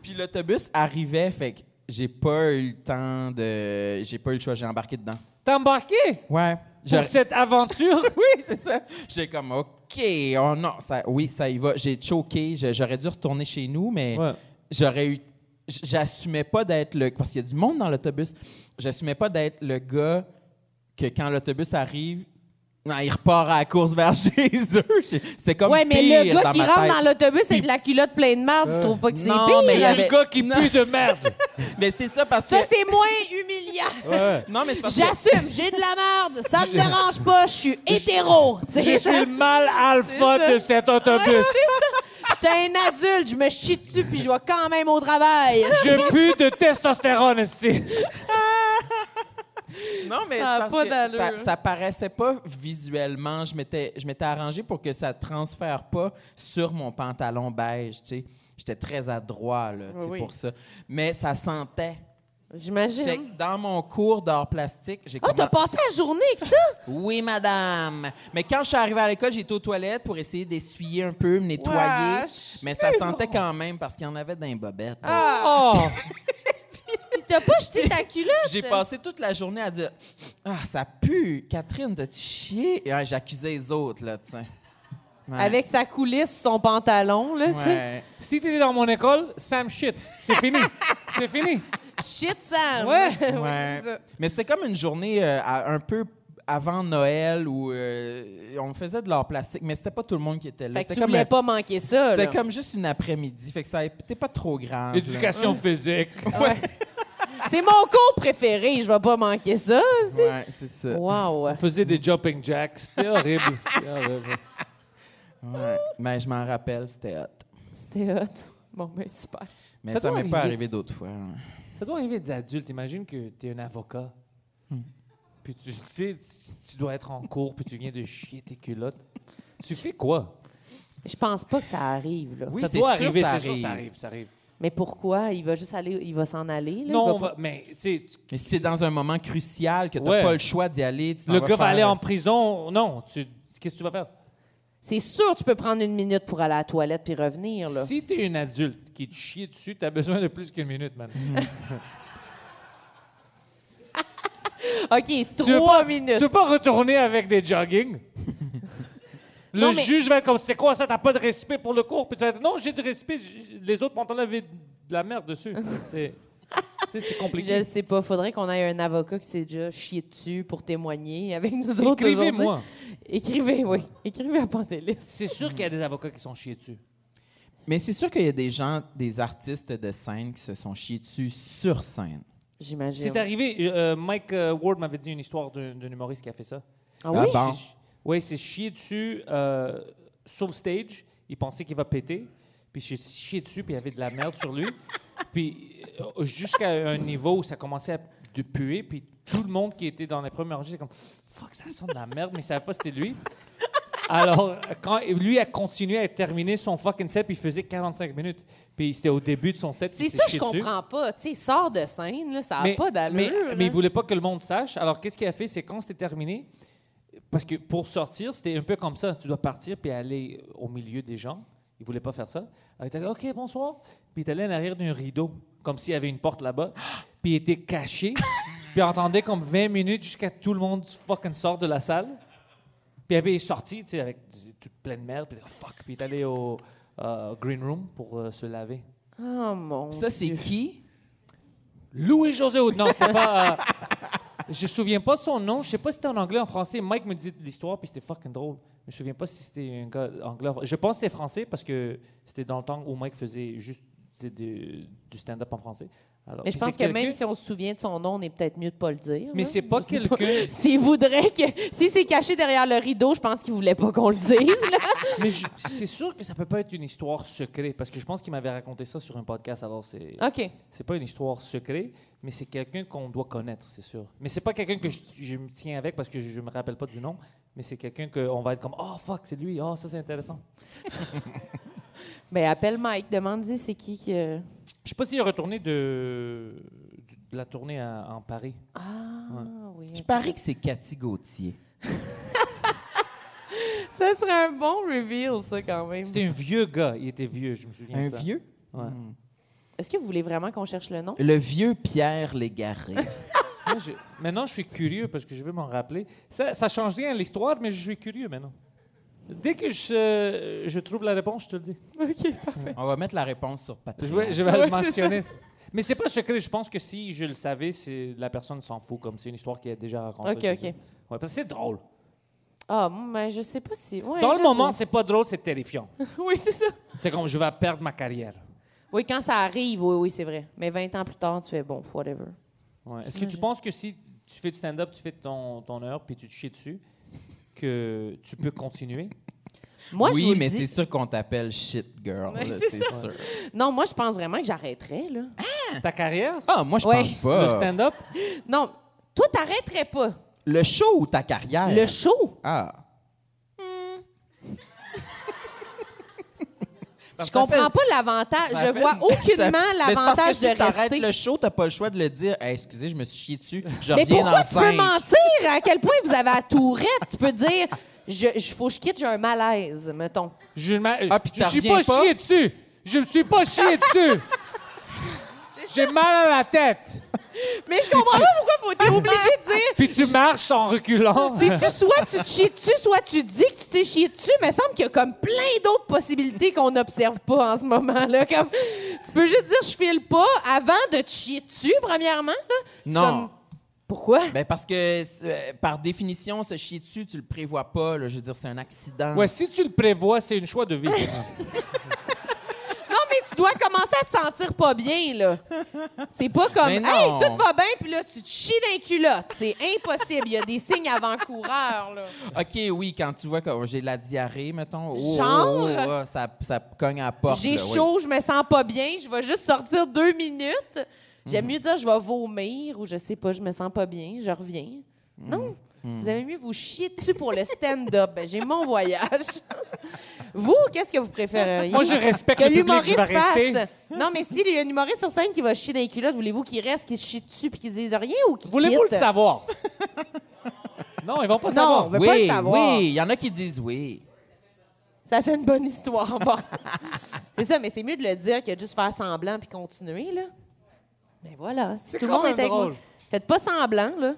Speaker 4: puis l'autobus arrivait, fait que j'ai pas eu le temps de. J'ai pas eu le choix, j'ai embarqué dedans.
Speaker 2: T'as embarqué
Speaker 4: Ouais.
Speaker 2: pour cette aventure?
Speaker 4: Oui, c'est ça. J'ai comme, OK, oh non, ça, oui, ça y va. J'ai choqué. Je- J'aurais dû retourner chez nous, mais
Speaker 2: Ouais.
Speaker 4: j'aurais eu. j- J'assumais pas d'être le. Parce qu'il y a du monde dans l'autobus. J'assumais pas d'être le gars que quand l'autobus arrive, non, il repart à la course vers chez eux. J'ai- C'était comme.
Speaker 3: ouais, mais
Speaker 4: pire
Speaker 3: le gars qui
Speaker 4: ma
Speaker 3: rentre
Speaker 4: tête.
Speaker 3: dans l'autobus avec la culotte pleine de merde, tu trouves pas que c'est
Speaker 4: non,
Speaker 3: pire?
Speaker 4: mais il y
Speaker 2: C'est
Speaker 4: avait-
Speaker 2: le gars qui pue de merde.
Speaker 4: Mais c'est ça parce
Speaker 3: Ça,
Speaker 4: que.
Speaker 3: c'est moins humiliant.
Speaker 4: Non, mais c'est parce que.
Speaker 3: J'assume, j'ai de la merde, ça me dérange pas, je suis hétéro. Tu sais,
Speaker 2: Je suis le mal
Speaker 4: C'est
Speaker 2: alpha
Speaker 4: ça.
Speaker 2: de cet autobus.
Speaker 3: J'étais un adulte, je me chie dessus puis je vais quand même au travail.
Speaker 2: Je pue de testostérone, esti.
Speaker 4: Non, mais
Speaker 5: Ça a
Speaker 4: c'est parce
Speaker 5: pas
Speaker 4: que
Speaker 5: d'allure.
Speaker 4: ça, ça paraissait pas visuellement. Je m'étais, je m'étais arrangé pour que ça transfère pas sur mon pantalon beige, tu sais. J'étais très adroit, là, tu sais,
Speaker 3: Oui.
Speaker 4: pour ça. Mais ça sentait. Fait
Speaker 3: J'imagine.
Speaker 4: que dans mon cours d'art plastique, j'ai
Speaker 3: Ah, t'as
Speaker 4: commen-
Speaker 3: passé la journée avec ça?
Speaker 4: Oui, madame. Mais quand je suis arrivée à l'école, j'étais aux toilettes pour essayer d'essuyer un peu, me nettoyer.
Speaker 3: Wesh. Ah,
Speaker 4: Mais ça sentait quand même parce qu'il y en avait d'un bobette.
Speaker 2: Oh,
Speaker 3: Puis T'as pas jeté ta culotte?
Speaker 4: J'ai passé toute la journée à dire Ah, ça pue, Catherine, t'as-tu chié? Et ouais, j'accusais les autres, là, tu sais. Ouais.
Speaker 3: Avec sa coulisse, son pantalon, là,
Speaker 4: Ouais.
Speaker 2: si t'étais dans mon école, Sam shit. C'est fini. C'est fini.
Speaker 3: tu sais. Shit, Sam!
Speaker 2: Ouais.
Speaker 4: Ouais.
Speaker 3: c'est ça.
Speaker 4: Mais c'était comme une journée euh, à- un peu avant Noël où euh, on faisait de l'art plastique, mais c'était pas tout le monde qui était là.
Speaker 3: Fait que
Speaker 4: C'était
Speaker 3: tu
Speaker 4: comme,
Speaker 3: voulais
Speaker 4: un-
Speaker 3: pas manquer ça, là.
Speaker 4: c'était comme juste une après-midi. Fait que ça n'était pas trop grand.
Speaker 2: Éducation physique.
Speaker 3: C'est mon cours préféré, je vais pas manquer ça.
Speaker 4: Ouais, c'est ça.
Speaker 3: Wow!
Speaker 2: On faisait des jumping jacks. C'était horrible. C'était horrible.
Speaker 4: Ouais. Mais je m'en rappelle, c'était hot.
Speaker 3: C'était hot. Bon, ben super.
Speaker 4: Mais
Speaker 2: Ça
Speaker 4: ça,
Speaker 2: doit
Speaker 4: m'est pas
Speaker 2: arriver.
Speaker 4: arrivé d'autres fois. hein.
Speaker 2: Ça doit arriver des adultes. Imagine que t'es un avocat.
Speaker 4: Hmm.
Speaker 2: Puis tu tu sais, tu dois être en cours, puis tu viens de chier tes culottes. Tu fais quoi?
Speaker 3: Je pense pas que ça arrive, là.
Speaker 4: Oui,
Speaker 2: ça
Speaker 4: c'est
Speaker 2: doit
Speaker 4: sûr,
Speaker 2: arriver,
Speaker 4: ça
Speaker 2: c'est sûr, ça
Speaker 4: arrive.
Speaker 2: arrive, ça arrive.
Speaker 3: Mais pourquoi? Il va juste aller, il va s'en aller, là?
Speaker 2: non,
Speaker 3: Il
Speaker 2: on
Speaker 3: va
Speaker 2: va- mais tu sais, tu-
Speaker 4: Mais si c'est dans un moment crucial que t'as
Speaker 2: Ouais.
Speaker 4: pas le choix d'y aller, tu t'en
Speaker 2: le
Speaker 4: vas
Speaker 2: gars va
Speaker 4: faire-
Speaker 2: aller en prison. Non, tu- qu'est-ce que tu vas faire?
Speaker 3: C'est sûr, tu peux prendre une minute pour aller à la toilette puis revenir, là.
Speaker 2: Si t'es une adulte qui te chie dessus, t'as besoin de plus qu'une minute, man.
Speaker 3: OK,
Speaker 2: Tu veux
Speaker 3: trois
Speaker 2: pas-
Speaker 3: minutes.
Speaker 2: Tu veux pas retourner avec des jogging? Le
Speaker 3: Non, mais-
Speaker 2: juge va être comme, c'est quoi ça, t'as pas de respect pour le cours? Puis tu vas être, non, j'ai de respect, j- les autres pantalons avaient de la merde dessus. C'est c'est- c'est
Speaker 3: Je
Speaker 2: compliqué.
Speaker 3: le sais pas. Faudrait qu'on ait un avocat qui s'est déjà chié dessus pour témoigner avec nous autres aujourd'hui.
Speaker 2: Écrivez-moi.
Speaker 3: Écrivez, oui. Écrivez à Pantélis.
Speaker 2: C'est sûr qu'il y a des avocats qui sont chiés dessus.
Speaker 4: Mais c'est sûr qu'il y a des gens, des artistes de scène qui se sont chiés dessus sur scène.
Speaker 3: J'imagine.
Speaker 2: C'est arrivé, euh, Mike euh, Ward m'avait dit une histoire d'un d'un humoriste qui a fait ça.
Speaker 3: Ah oui?
Speaker 2: bah,
Speaker 4: Ah bon?
Speaker 2: Oui, c'est chié dessus euh, sur le stage. Il pensait qu'il va péter. Puis j'ai chié dessus, puis il y avait de la merde sur lui. Puis euh, jusqu'à un niveau où ça commençait à de puer, puis tout le monde qui était dans les premières rangées, était comme « Fuck, ça sent de la merde, mais il savait pas c'était lui. » Alors, quand lui a continué à terminer son fucking set, puis il faisait 45 minutes. Puis c'était au début de son set.
Speaker 3: C'est
Speaker 2: il s'est
Speaker 3: ça, je
Speaker 2: chié dessus.
Speaker 3: comprends pas. Tu sais, sort de scène, là, ça a pas d'allure.
Speaker 2: Mais,
Speaker 3: là.
Speaker 2: mais il voulait pas que le monde sache. Alors, qu'est-ce qu'il a fait? C'est quand c'était terminé, parce que pour sortir, c'était un peu comme ça. Tu dois partir puis aller au milieu des gens. Il voulait pas faire ça. Alors, il était OK, bonsoir. Puis il est allé en arrière d'un rideau, comme s'il y avait une porte là-bas. Puis il était caché. puis il entendait comme 20 minutes jusqu'à tout le monde fucking sort de la salle. Puis après, il est sorti, tu sais, avec du- toute pleine de merde. Puis il était, fuck. Puis il est allé au euh, green room pour euh, se laver.
Speaker 3: Oh mon
Speaker 4: Ça, c'est
Speaker 3: Dieu.
Speaker 4: qui?
Speaker 2: Louis-José Houd. Non, c'était pas. euh, je me souviens pas son nom. Je sais pas si c'était en anglais ou en français. Mike me disait l'histoire, puis c'était fucking drôle. Je me souviens pas si c'était un gars anglais. Je pense que c'était français parce que c'était dans le temps où Mike faisait juste faisait du, du stand-up en français. Alors,
Speaker 3: Mais je
Speaker 2: puis
Speaker 3: pense
Speaker 2: c'est
Speaker 3: que même
Speaker 2: quelqu'un-
Speaker 3: si on se souvient de son nom, on est peut-être mieux de pas le dire.
Speaker 2: Mais
Speaker 3: là.
Speaker 2: c'est pas
Speaker 3: Je sais
Speaker 2: quelqu'un-
Speaker 3: S'il voudrait que. Si c'est caché derrière le rideau, je pense qu'il voulait pas qu'on le dise, là.
Speaker 2: Mais je- c'est sûr que ça peut pas être une histoire secrète parce que je pense qu'il m'avait raconté ça sur un podcast. Alors c'est.
Speaker 3: OK.
Speaker 2: C'est pas une histoire secrète, mais c'est quelqu'un qu'on doit connaître, c'est sûr. Mais c'est pas quelqu'un que je, je me tiens avec parce que je, je me rappelle pas du nom, mais c'est quelqu'un qu'on va être comme Oh fuck, c'est lui, oh ça c'est intéressant.
Speaker 3: Ben, appelle Mike, demande-y c'est qui que.
Speaker 2: Je sais pas s'il est retourné de, du- de la tournée à- en Paris.
Speaker 3: Ah, oui.
Speaker 4: Je parie que c'est Cathy Gauthier.
Speaker 3: Ça serait un bon reveal, ça, quand même.
Speaker 2: C'était un vieux Mm. gars, il était vieux, je me souviens. de ça.
Speaker 4: vieux?
Speaker 2: Ouais.
Speaker 3: Est-ce que vous voulez vraiment qu'on cherche le nom?
Speaker 4: Le vieux Pierre Légaré.
Speaker 2: Moi, je- maintenant, je suis curieux parce que je veux m'en rappeler. Ça, ça change rien à l'histoire, mais je suis curieux maintenant. Dès que je, je trouve la réponse, je te le dis.
Speaker 3: OK.
Speaker 4: On va mettre la réponse sur papier.
Speaker 2: Je vais, je vais le
Speaker 3: Ouais, c'est
Speaker 2: mentionner. Mais c'est pas secret. Je pense que si je le savais, c'est- la personne s'en fout. Comme c'est une histoire qui est déjà racontée.
Speaker 3: OK,
Speaker 2: c'est
Speaker 3: OK.
Speaker 2: ça. Ouais, parce que c'est drôle.
Speaker 3: Ah, mais je sais pas si. ouais,
Speaker 2: Dans le
Speaker 3: j'avoue.
Speaker 2: moment, c'est pas drôle, c'est terrifiant.
Speaker 3: oui, c'est ça.
Speaker 2: C'est comme je vais perdre ma carrière.
Speaker 3: Oui, quand ça arrive, oui, oui, c'est vrai. Mais 20 ans plus tard, tu fais bon, whatever.
Speaker 2: Ouais. Est-ce que
Speaker 3: Mm.
Speaker 2: tu penses que si tu fais du stand-up, tu fais ton, ton heure puis tu te chies dessus, que tu peux continuer?
Speaker 3: Moi, je vous
Speaker 4: oui,
Speaker 3: le
Speaker 4: mais
Speaker 3: dis-
Speaker 4: c'est sûr qu'on t'appelle shit girl.
Speaker 3: Ouais,
Speaker 4: là,
Speaker 3: c'est
Speaker 4: c'est sûr.
Speaker 3: Non, moi, je pense vraiment que j'arrêterais, là.
Speaker 2: Ta carrière?
Speaker 4: Ah, moi, je
Speaker 3: Ouais.
Speaker 4: pense
Speaker 2: Le
Speaker 4: pas.
Speaker 2: stand-up?
Speaker 3: Non, toi, t'arrêterais pas.
Speaker 4: Le, show ou ta carrière?
Speaker 3: Le show,
Speaker 4: Ah.
Speaker 3: je comprends pas l'avantage.
Speaker 4: Ça
Speaker 3: Je
Speaker 4: fait-
Speaker 3: vois
Speaker 4: ça-
Speaker 3: aucunement
Speaker 4: Mais c'est parce que
Speaker 3: l'avantage de
Speaker 4: si t'arrêtes
Speaker 3: rester.
Speaker 4: le show, t'as pas le choix de le dire. Hey, excusez, je me suis chié dessus. Je
Speaker 3: Mais
Speaker 4: reviens
Speaker 3: pourquoi
Speaker 4: dans
Speaker 3: tu peux
Speaker 4: cinq.
Speaker 3: mentir? À quel point vous avez la tourette? Tu peux dire, je, je, faut que je quitte, j'ai un malaise, mettons.
Speaker 2: Je ne
Speaker 4: Ah, puis t'en
Speaker 2: suis pas,
Speaker 4: reviens pas?
Speaker 2: chié dessus. Je me suis pas chié dessus. J'ai mal à la tête.
Speaker 3: Mais je comprends pas pourquoi faut t'es obligé de dire.
Speaker 2: Puis tu marches en reculant.
Speaker 3: C'est-tu soit tu te chies dessus, soit tu dis que tu t'es chié dessus, mais il semble qu'il y a comme plein d'autres possibilités qu'on n'observe pas en ce moment. là comme, Tu peux juste dire je file pas avant de te chier dessus, premièrement. Là. Tu
Speaker 4: Non.
Speaker 3: comme, Pourquoi?
Speaker 4: Ben parce que euh, par définition, se chier dessus, tu le prévois pas. là. Je veux dire, c'est un accident.
Speaker 3: Hein.
Speaker 2: Ouais, si tu le prévois, c'est une choix de vie.
Speaker 3: Non, mais tu dois commencer à te sentir pas bien, là. C'est pas comme,
Speaker 4: Mais
Speaker 3: hey,
Speaker 4: non.
Speaker 3: tout va bien, puis là, tu te chies d'un culotte. C'est impossible. Il y a des signes avant-coureurs, là.
Speaker 4: OK, oui, quand tu vois que oh, j'ai de la diarrhée, mettons. oh, oh,
Speaker 3: Genre?
Speaker 4: oh, oh, ça, ça cogne à la porte.
Speaker 3: J'ai
Speaker 4: là, oui.
Speaker 3: chaud, je me sens pas bien, je vais juste sortir deux minutes.
Speaker 2: Mm.
Speaker 3: J'aime mieux dire je vais vomir ou je sais pas, je me sens pas bien, je reviens.
Speaker 2: Mm.
Speaker 3: Non. Vous aimez mieux vous chier dessus pour le stand-up. Ben, j'ai mon voyage. vous, qu'est-ce que vous préféreriez?
Speaker 2: Moi, je respecte
Speaker 3: que
Speaker 2: le public, je vais
Speaker 3: l'humoriste fasse.
Speaker 2: rester.
Speaker 3: Non, mais s'il y a un humoriste sur scène qui va chier dans les culottes, voulez-vous qu'il reste, qu'il se chie dessus puis qu'il dise rien ou qu'il
Speaker 2: Voulez-vous le
Speaker 3: quitte?
Speaker 2: savoir? Non, ils vont pas
Speaker 3: Non. ben-
Speaker 2: savoir.
Speaker 3: On veut pas le
Speaker 4: Oui,
Speaker 3: savoir.
Speaker 4: Oui, il y en a qui disent oui.
Speaker 3: Ça fait une bonne histoire. Bon. c'est ça, mais c'est mieux de le dire que de juste faire semblant puis continuer, là. Ben voilà, si
Speaker 2: C'est
Speaker 3: tout le
Speaker 2: quand
Speaker 3: monde est
Speaker 2: même
Speaker 3: avec moi.
Speaker 2: drôle.
Speaker 3: Faites pas semblant, là.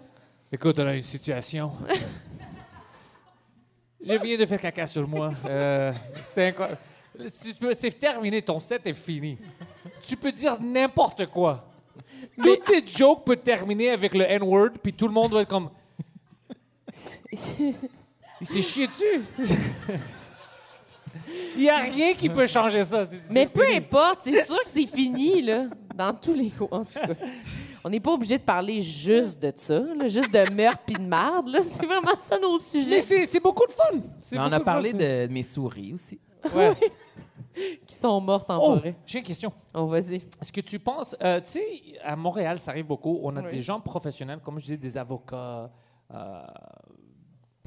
Speaker 2: Écoute, on a une situation. Je viens de faire caca sur moi. Euh, c'est inco- Tu peux- C'est terminé, ton set est fini. Tu peux dire n'importe quoi. Toutes tes jokes peuvent terminer avec le N-word, puis tout le monde va être comme. Il s'est chié dessus. Il n'y a rien qui peut changer ça. C'est- c'est
Speaker 3: Mais peu
Speaker 2: fini.
Speaker 3: importe, c'est sûr que c'est fini, là. Dans tous les cas, en tout cas. On n'est pas obligé de parler juste de ça, là, juste de meurtre puis de marde, là. C'est vraiment ça notre sujet.
Speaker 2: Mais c'est c'est beaucoup de fun. C'est
Speaker 4: Mais on
Speaker 2: beaucoup
Speaker 4: a
Speaker 2: de fun,
Speaker 4: parlé
Speaker 2: ça.
Speaker 4: de mes souris aussi.
Speaker 2: Ouais.
Speaker 3: Qui sont mortes en
Speaker 2: Oh,
Speaker 3: forêt.
Speaker 2: j'ai une question.
Speaker 3: On vas-y.
Speaker 2: Est-ce que tu penses, euh, tu sais, à Montréal, ça arrive beaucoup, on a
Speaker 3: Oui.
Speaker 2: des gens professionnels, comme je disais, des avocats, euh,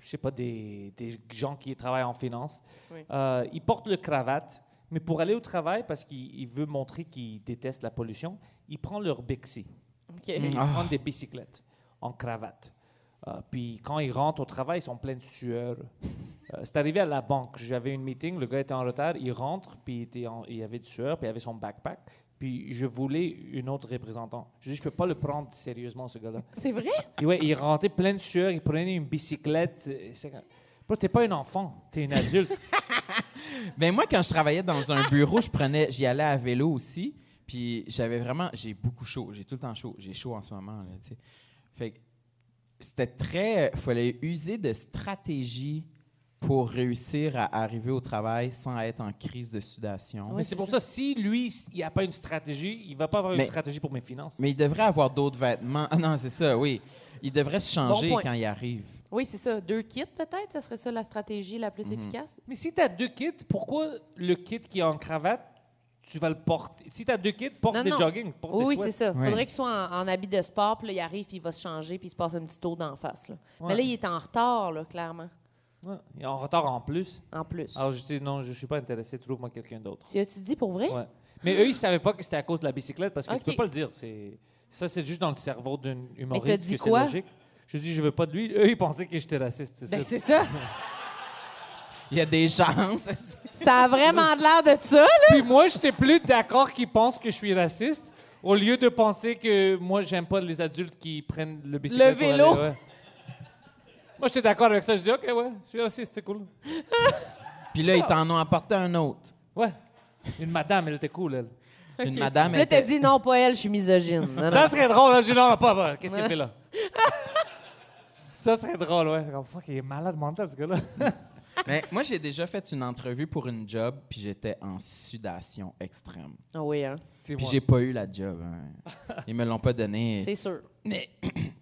Speaker 2: je sais pas, des, des gens qui travaillent en finance.
Speaker 3: Oui.
Speaker 2: Euh, ils portent le cravate, mais pour aller au travail, parce qu'il il veut montrer qu'il déteste la pollution, ils prennent leur Bixi.
Speaker 3: OK.
Speaker 2: Ils prennent des bicyclettes en cravate. Euh, puis quand ils rentrent au travail, ils sont pleins de sueur. Euh, c'est arrivé à la banque. J'avais une meeting, le gars était en retard, il rentre, puis il, était en- il avait de sueur, puis il avait son backpack. Puis je voulais une autre représentant. Je dis, je peux pas le prendre sérieusement, ce gars-là.
Speaker 3: C'est vrai?
Speaker 2: Et ouais, il rentrait plein de sueur, il prenait une bicyclette. euh, C'est... Bro, t'es pas un enfant, t'es un adulte.
Speaker 4: Ben moi, quand je travaillais dans un bureau, je prenais, j'y allais à vélo aussi. Puis j'avais vraiment, j'ai beaucoup chaud, j'ai tout le temps chaud, j'ai chaud en ce moment là. tu sais. Fait que c'était très, fallait user de stratégie pour réussir à arriver au travail sans être en crise de sudation.
Speaker 2: Mais c'est pour ça, si lui, s- il a pas une stratégie, il va pas avoir
Speaker 4: Mais-
Speaker 2: une stratégie pour mes finances.
Speaker 4: Mais il devrait avoir d'autres vêtements. Ah non, c'est ça, oui. Il devrait se changer
Speaker 3: Bon point.
Speaker 4: quand il arrive.
Speaker 3: Oui, c'est ça. Deux kits, peut-être? Ça serait ça la stratégie la plus efficace?
Speaker 2: Mais si tu as deux kits, pourquoi le kit qui est en cravate, tu vas le porter Si tu as deux kits, porte
Speaker 3: Non,
Speaker 2: des
Speaker 3: non.
Speaker 2: jogging, porte
Speaker 3: Oui,
Speaker 2: des
Speaker 3: oui,
Speaker 2: sweats.
Speaker 3: c'est ça.
Speaker 4: Ouais.
Speaker 3: Faudrait qu'il soit en, en habit de sport, puis là, il arrive, puis il va se changer, puis il se passe un petit tour d'en face. là. Mais
Speaker 2: Ouais.
Speaker 3: là, il est en retard, là, clairement,
Speaker 2: Ouais. Et en retard en plus.
Speaker 3: en plus.
Speaker 2: Alors je dis non, je suis pas intéressé, trouve-moi quelqu'un d'autre.
Speaker 3: Tu as-tu dit pour vrai?
Speaker 2: Ouais. Mais eux, ils savaient pas que c'était à cause de la bicyclette parce que
Speaker 3: Ok.
Speaker 2: tu peux pas le dire. C'est ça, c'est juste dans le cerveau d'un
Speaker 3: Mais t'as
Speaker 2: humoriste
Speaker 3: dit
Speaker 2: que c'est
Speaker 3: quoi?
Speaker 2: logique. Je dis, je veux pas de lui. Eux, ils pensaient que j'étais raciste. c'est
Speaker 3: Ben,
Speaker 2: ça.
Speaker 3: c'est ça.
Speaker 4: Il y a des chances.
Speaker 3: Ça a vraiment de l'air de ça, là.
Speaker 2: Puis moi, j'étais plus d'accord qu'ils pensent que je suis raciste au lieu de penser que moi, j'aime pas les adultes qui prennent le bicyclette.
Speaker 3: Le
Speaker 2: pour
Speaker 3: vélo.
Speaker 2: aller, ouais. Moi, j'étais d'accord avec ça. Je dis, OK, ouais, je suis raciste, c'est cool.
Speaker 4: Puis là, ils t'en ont apporté un autre.
Speaker 2: Ouais. Une madame, elle était cool, elle.
Speaker 4: Une madame
Speaker 3: Là, t'as
Speaker 4: était...
Speaker 3: dit non, pas elle, je suis misogyne. Non, non.
Speaker 2: Ça serait drôle, hein. je dis, non, pas, pas. Qu'est-ce qu'elle fait là? ça serait drôle, ouais. Comme, fuck, il est malade mental, ce gars-là.
Speaker 4: Mais moi, j'ai déjà fait une entrevue pour une job, puis j'étais en sudation extrême.
Speaker 3: Ah oui, hein.
Speaker 4: Puis j'ai pas eu la job. hein. Ils me l'ont pas donné.
Speaker 3: C'est sûr.
Speaker 4: Mais,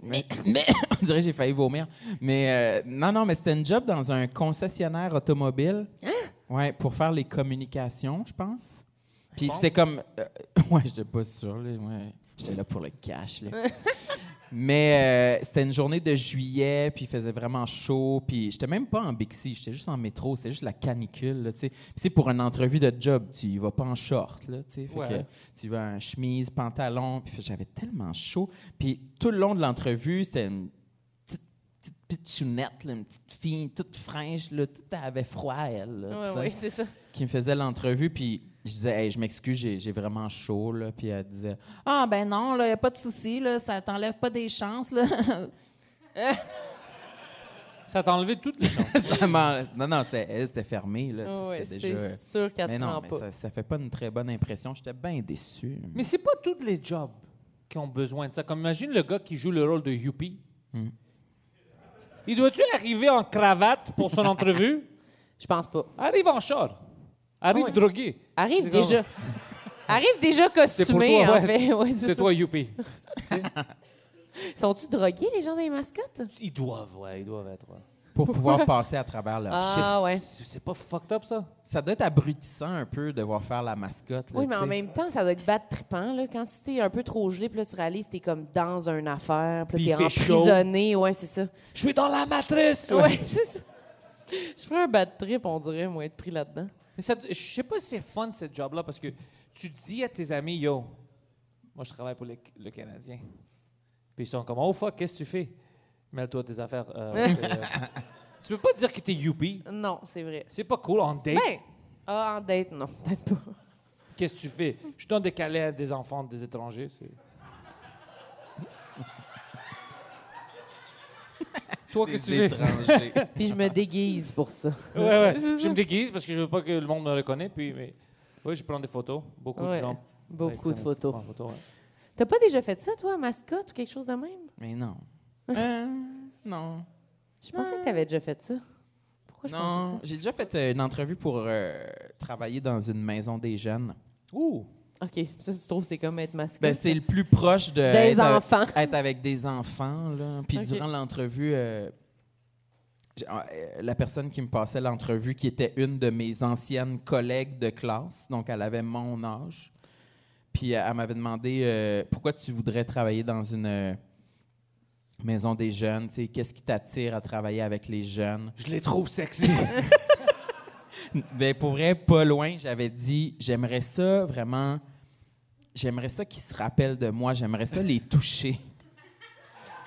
Speaker 4: mais, mais, on dirait que j'ai failli vomir. Mais euh, non, non, mais c'était une job dans un concessionnaire automobile. Ouais, pour faire les communications, je pense. Puis c'était comme. euh, ouais, j'étais pas sûr. là, ouais. J'étais là pour le cash. là. mais euh, c'était une journée de juillet, puis il faisait vraiment chaud. Puis j'étais même pas en Bixi, j'étais juste en métro. C'était juste la canicule. là, tu sais. Puis c'est pour une entrevue de job, tu y vas pas en short. Là, tu sais. Fait
Speaker 2: Ouais.
Speaker 4: que- tu vas en chemise, pantalon. Puis fait, j'avais tellement chaud. Puis tout le long de l'entrevue, c'était une petite, petite pitchounette, là, une petite fille toute fraîche, là, toute elle avait froid, elle, là,
Speaker 3: Oui, oui,
Speaker 4: tu sais,
Speaker 3: c'est ça.
Speaker 4: qui me faisait l'entrevue. Puis je disais, Hey, je m'excuse, j'ai, j'ai vraiment chaud. Là. Puis elle disait, ah ben non, là, y a pas de souci, là, ça t'enlève pas des chances. Là.
Speaker 2: Ça t'a enlevé toutes les chances.
Speaker 4: Ça m'en- non, non, c'est, elle, c'était fermé. Là, tu sais,
Speaker 3: Ah ouais,
Speaker 4: c'était
Speaker 3: c'est
Speaker 4: déjà-
Speaker 3: sûr qu'elle
Speaker 4: mais
Speaker 3: te
Speaker 4: non,
Speaker 3: prend
Speaker 4: mais
Speaker 3: pas.
Speaker 4: ça, ça fait pas une très bonne impression. J'étais bien déçu.
Speaker 2: Mais c'est pas tous les jobs qui ont besoin de ça. Comme imagine le gars qui joue le rôle de Yuppie. Il doit-tu arriver en cravate pour son entrevue?
Speaker 3: Je pense pas.
Speaker 2: Arrive en char. Arrive
Speaker 3: Ouais.
Speaker 2: drogué.
Speaker 3: Arrive
Speaker 2: C'est comme-
Speaker 3: déjà. Arrive déjà
Speaker 2: C'est pour
Speaker 3: costumé,
Speaker 2: toi,
Speaker 3: en
Speaker 2: ouais.
Speaker 3: fait. Ouais,
Speaker 2: C'est
Speaker 3: ça.
Speaker 2: toi, Youpi.
Speaker 3: Sont-tu drogués, les gens des mascottes?
Speaker 2: Ils doivent, ouais, ils doivent être. ouais.
Speaker 4: Pour pouvoir passer à travers leur
Speaker 3: Ah, ouais.
Speaker 2: C'est c'est pas fucked up, ça?
Speaker 4: Ça doit être abrutissant un peu de voir faire la mascotte. là,
Speaker 3: Oui, mais
Speaker 4: tu
Speaker 3: en
Speaker 4: sais.
Speaker 3: même temps, ça doit être bad trippant. Là. Quand si t'es un peu trop gelé, puis là, tu réalises t'es comme dans une affaire, puis
Speaker 2: Puis il
Speaker 3: là, t'es
Speaker 2: fait chaud.
Speaker 3: emprisonné. Ouais, c'est ça.
Speaker 2: Je suis dans la matrice!
Speaker 3: Ouais, c'est ça. Je ferais un bad trip, on dirait, moi, être pris là-dedans.
Speaker 2: Mais ça- je sais pas si c'est fun, ce job-là, parce que tu dis à tes amis, yo, moi, je travaille pour le, le Canadien. Puis ils sont comme, oh fuck, qu'est-ce que tu fais? Mêle-toi de tes affaires. euh, t'es, euh. tu peux pas dire que t'es Youpi.
Speaker 3: Non, c'est vrai.
Speaker 2: C'est pas cool, en date.
Speaker 3: Ben, ah, en date, non, peut-être pas.
Speaker 2: Qu'est-ce que tu fais? Je donne des câlins à des enfants des étrangers. c'est- Toi, qu'est-ce que tu fais?
Speaker 4: étrangers.
Speaker 3: Puis je me déguise pour ça.
Speaker 2: Ouais, ouais. Je me déguise parce que je veux pas que le monde me reconnaisse. Puis, mais... Oui, je prends des photos. Beaucoup
Speaker 3: Ouais,
Speaker 2: de gens.
Speaker 3: Beaucoup
Speaker 2: Ouais,
Speaker 3: de
Speaker 2: prennent-
Speaker 3: photos.
Speaker 2: prennent des photos, ouais.
Speaker 3: T'as pas déjà fait ça, toi, mascotte ou quelque chose de même?
Speaker 4: mais non. Euh, non.
Speaker 3: Je pensais que t'avais déjà fait ça. Pourquoi je
Speaker 4: Non.
Speaker 3: pensais
Speaker 4: J'ai déjà fait euh, une entrevue pour euh, travailler dans une maison des jeunes.
Speaker 2: Ouh!
Speaker 3: ça? OK, ça, tu trouves, c'est comme être mascotte?
Speaker 4: Ben, c'est le plus proche de.
Speaker 3: Hein? Des
Speaker 4: être avec-
Speaker 3: enfants.
Speaker 4: être avec des enfants. Là. Puis
Speaker 3: Ok.
Speaker 4: durant l'entrevue, euh, j'ai- euh, la personne qui me passait l'entrevue, qui était une de mes anciennes collègues de classe, donc elle avait mon âge. Puis elle elle m'avait demandé euh, pourquoi tu voudrais travailler dans une euh, maison des jeunes. tu sais, Qu'est-ce qui t'attire à travailler avec les jeunes?
Speaker 2: Je les trouve sexy.
Speaker 4: Ben, pour vrai, pas loin, j'avais dit j'aimerais ça vraiment. J'aimerais ça qu'ils se rappellent de moi. J'aimerais ça les toucher.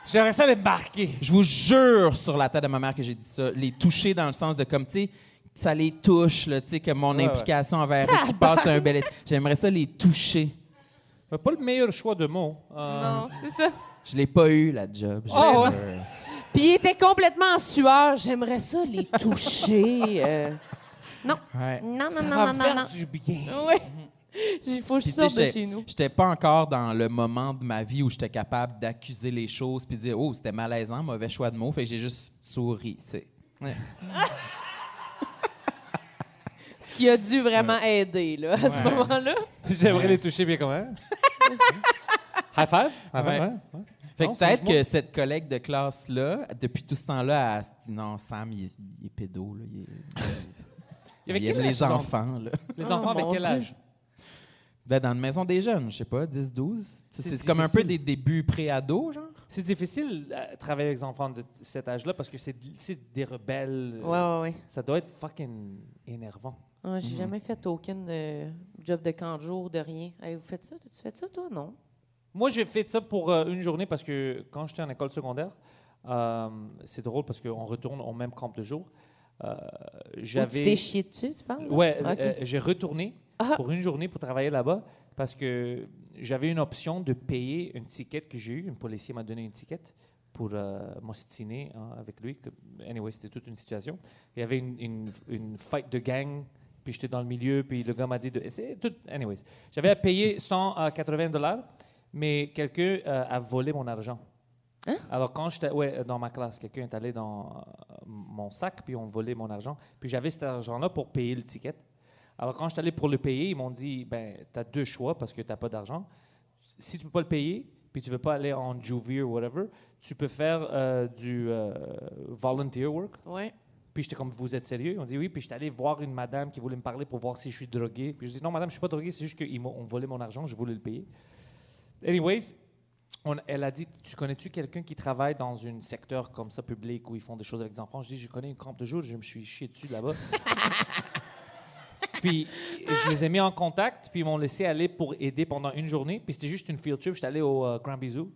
Speaker 2: J'aimerais ça les marquer.
Speaker 4: Je vous jure sur la tête de ma mère que j'ai dit ça. Les toucher dans le sens de comme, tu sais, que ça les touche, là, tu sais, que mon
Speaker 2: Ouais,
Speaker 4: implication envers eux qui passe un bel été. J'aimerais ça les toucher.
Speaker 2: Mais pas le meilleur choix de mots. Euh,
Speaker 3: Non, c'est ça.
Speaker 4: Je l'ai pas eu, la job. J'ai
Speaker 2: Oh,
Speaker 4: peur.
Speaker 3: Puis il était complètement en sueur. J'aimerais ça les toucher. euh. Non.
Speaker 4: Ouais.
Speaker 3: Non, non,
Speaker 2: Ça
Speaker 3: non,
Speaker 2: va
Speaker 3: non,
Speaker 2: me
Speaker 3: non,
Speaker 2: faire
Speaker 3: non.
Speaker 2: du bien.
Speaker 3: Oui. Il faut que je
Speaker 4: Puis, tu sais,
Speaker 3: sorte de
Speaker 4: j'étais-
Speaker 3: chez nous.
Speaker 4: J'étais pas encore dans le moment de ma vie où j'étais capable d'accuser les choses puis de dire, oh, c'était malaisant, mauvais choix de mots. Fait que j'ai juste souri, tu sais. Ouais.
Speaker 3: Ce qui a dû vraiment aider là, à ce moment-là.
Speaker 2: J'aimerais les toucher bien quand même. High five? High five,
Speaker 4: Ouais.
Speaker 2: ouais. ouais.
Speaker 4: Fait
Speaker 2: Non,
Speaker 4: que
Speaker 2: c'est
Speaker 4: peut-être
Speaker 2: juste moi.
Speaker 4: que cette collègue de classe-là, depuis tout ce temps-là, elle se dit non, Sam, il, est- il est pédo. Là, il, est-
Speaker 2: Il y avait
Speaker 4: il
Speaker 2: quel
Speaker 4: aime
Speaker 2: âge,
Speaker 4: les
Speaker 2: ces
Speaker 4: enfants. Là.
Speaker 2: Les
Speaker 3: Oh,
Speaker 2: enfants avec
Speaker 3: mon
Speaker 2: quel
Speaker 3: Dieu.
Speaker 2: âge?
Speaker 4: Ben, dans la maison des jeunes, je sais pas, 10, 12. Tu sais,
Speaker 2: C'est
Speaker 4: C'est comme un peu des
Speaker 2: difficile.
Speaker 4: débuts pré-ado, genre.
Speaker 2: C'est difficile de travailler avec des enfants de t- cet âge-là parce que c'est c'est des rebelles.
Speaker 3: Ouais, ouais, ouais.
Speaker 2: Ça doit être fucking énervant.
Speaker 3: Ah, J'ai jamais fait aucune euh, job de camp de jour, de rien. Hey, vous faites ça? Tu fais ça, toi? Non.
Speaker 2: Moi, j'ai fait ça pour euh, une journée parce que quand j'étais en école secondaire, euh, c'est drôle parce qu'on retourne au même camp de jour. euh,
Speaker 3: Ou Tu
Speaker 2: j'avais.
Speaker 3: t'es chié dessus, tu penses?
Speaker 2: Ouais,
Speaker 3: Ah, Ok.
Speaker 2: euh, j'ai retourné
Speaker 3: Ah.
Speaker 2: pour une journée pour travailler là-bas parce que j'avais une option de payer une ticket que j'ai eue. Un policier m'a donné une ticket pour euh, m'ostiner hein, avec lui. que- Anyway, c'était toute une situation. Il y avait une, une- une fight de gang, puis j'étais dans le milieu, puis le gars m'a dit de. c'est tout- Anyways, j'avais à payer 180 dollars, mais quelqu'un euh, a volé mon argent. Alors, quand j'étais ouais, euh, dans ma classe, quelqu'un est allé dans euh, mon sac, puis on volé mon argent. Puis j'avais cet argent-là pour payer le ticket. Alors, quand j'étais allé pour le payer, ils m'ont dit ben, tu as deux choix parce que tu n'as pas d'argent. Si tu ne peux pas le payer, puis tu ne veux pas aller en juvie ou whatever, tu peux faire euh, du euh, volunteer work.
Speaker 3: Ouais.
Speaker 2: Puis j'étais comme, vous êtes sérieux? On dit oui. Puis j'étais allé voir une madame qui voulait me parler pour voir si je suis drogué. Puis je dis non, madame, je suis pas drogué, c'est juste qu'on volait mon argent, je voulais le payer. Anyways, on- elle a dit, tu connais-tu quelqu'un qui travaille dans un secteur comme ça, public, où ils font des choses avec des enfants? Je dis, je connais une camp de jour, je me suis chié dessus là-bas. puis je les ai mis en contact, puis ils m'ont laissé aller pour aider pendant une journée. Puis c'était juste une field trip, j'étais allé au euh, Grand Bisou.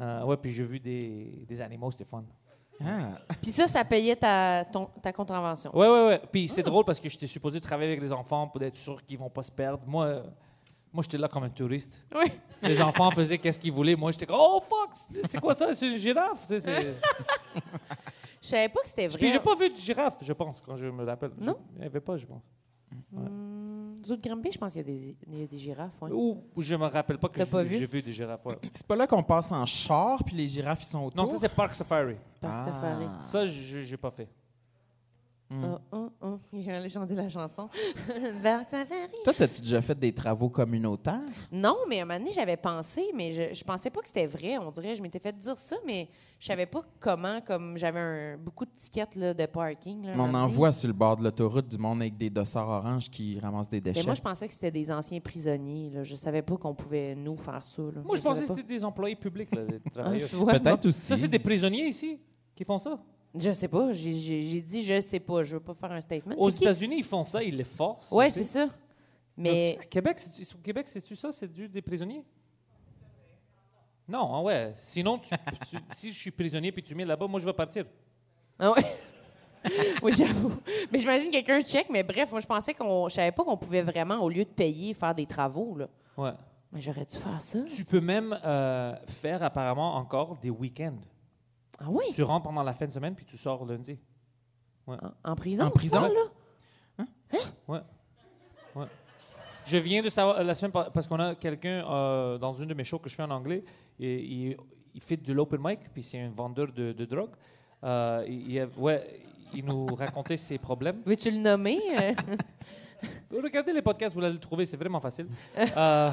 Speaker 2: Euh, ouais, puis j'ai vu des, des animaux, c'était fun.
Speaker 4: Ah.
Speaker 3: Puis ça, ça payait ta, ton- ta contravention.
Speaker 2: Ouais, ouais, ouais. Puis
Speaker 3: Ah.
Speaker 2: c'est drôle parce que j'étais supposé travailler avec les enfants pour être sûr qu'ils vont pas se perdre. Moi, euh, moi j'étais là comme un touriste.
Speaker 3: Oui.
Speaker 2: Les enfants faisaient qu'est-ce qu'ils voulaient. Moi, j'étais comme, oh fuck, c'est c'est quoi ça? C'est une girafe. C'est- c'est-
Speaker 3: Je savais pas que c'était vrai.
Speaker 2: Puis j'ai pas vu de girafe, je pense, quand je me rappelle. Je-
Speaker 3: Non?
Speaker 2: Il n'y avait pas, je pense.
Speaker 3: Nous autres Granby, je pense qu'il y, a des- il y a des girafes. ouais.
Speaker 2: Ou ou je me rappelle pas que
Speaker 3: T'as
Speaker 2: j'ai
Speaker 3: pas
Speaker 2: vu,
Speaker 3: vu?
Speaker 2: j'ai vu des girafes. ouais.
Speaker 4: C'est pas là qu'on passe en char, puis les girafes, ils sont autour?
Speaker 2: Non, ça, c'est Park Safari.
Speaker 3: Parc Safari.
Speaker 2: Ça, je n'ai pas fait.
Speaker 4: Mm.
Speaker 3: Oh, oh, oh. Il allait chanter la chanson. Parc Safari.
Speaker 4: Toi, t'as-tu déjà fait des travaux communautaires?
Speaker 3: Non, mais à un moment donné, j'avais pensé, mais je, je pensais pas que c'était vrai. On dirait, je m'étais fait dire ça, mais je savais pas comment, comme j'avais un- beaucoup de tickets là, de parking. là, à un
Speaker 4: On
Speaker 3: moment
Speaker 4: en
Speaker 3: donné.
Speaker 4: voit sur le bord de l'autoroute du monde avec des dossards oranges qui ramassent des déchets.
Speaker 3: Mais Ben, moi, je pensais que c'était des anciens prisonniers. Là. Je savais pas qu'on pouvait nous faire ça. là.
Speaker 2: Moi, je pensais que
Speaker 3: savais
Speaker 2: c'était des employés publics, là, des
Speaker 3: pas. Ah,
Speaker 2: travailleurs.
Speaker 3: tu vois?
Speaker 4: Peut-être aussi.
Speaker 2: ça, c'est des prisonniers ici qui font ça.
Speaker 3: Je sais pas. J'ai- J'ai j'ai dit je sais pas. Je veux pas faire un statement.
Speaker 2: Aux
Speaker 3: C'est qui?
Speaker 2: États-Unis, ils font ça, ils les forcent.
Speaker 3: Ouais,
Speaker 2: tu sais.
Speaker 3: c'est ça. Mais
Speaker 2: Euh, À Québec, c'est au Québec, c'est-tu ça? C'est du des prisonniers? Non, ah ouais. Sinon, tu- tu- si je suis prisonnier puis tu mets là-bas, moi, je vais partir.
Speaker 3: Ah ouais. oui, j'avoue. Mais j'imagine quelqu'un check. Mais bref, moi, je pensais qu'on, je savais pas qu'on pouvait vraiment, au lieu de payer, faire des travaux. Là.
Speaker 2: Ouais.
Speaker 3: Mais j'aurais dû faire ça.
Speaker 2: Tu peux même euh, faire apparemment encore des week-ends.
Speaker 3: Ah oui,
Speaker 2: Tu rentres pendant la fin de semaine puis tu sors lundi.
Speaker 3: en, en prison.
Speaker 4: En
Speaker 3: tu
Speaker 4: prison?
Speaker 3: parles, là?
Speaker 2: Ouais. Ouais. Je viens de savoir euh, la semaine par- parce qu'on a quelqu'un euh, dans une de mes shows que je fais en anglais et il, il fait de l'open mic puis c'est un vendeur de, de drogue. Euh, il, il a- ouais, il nous racontait ses problèmes.
Speaker 3: Veux-tu le nommer? Euh,
Speaker 2: Regardez les podcasts, vous allez le trouver, c'est vraiment facile. Euh,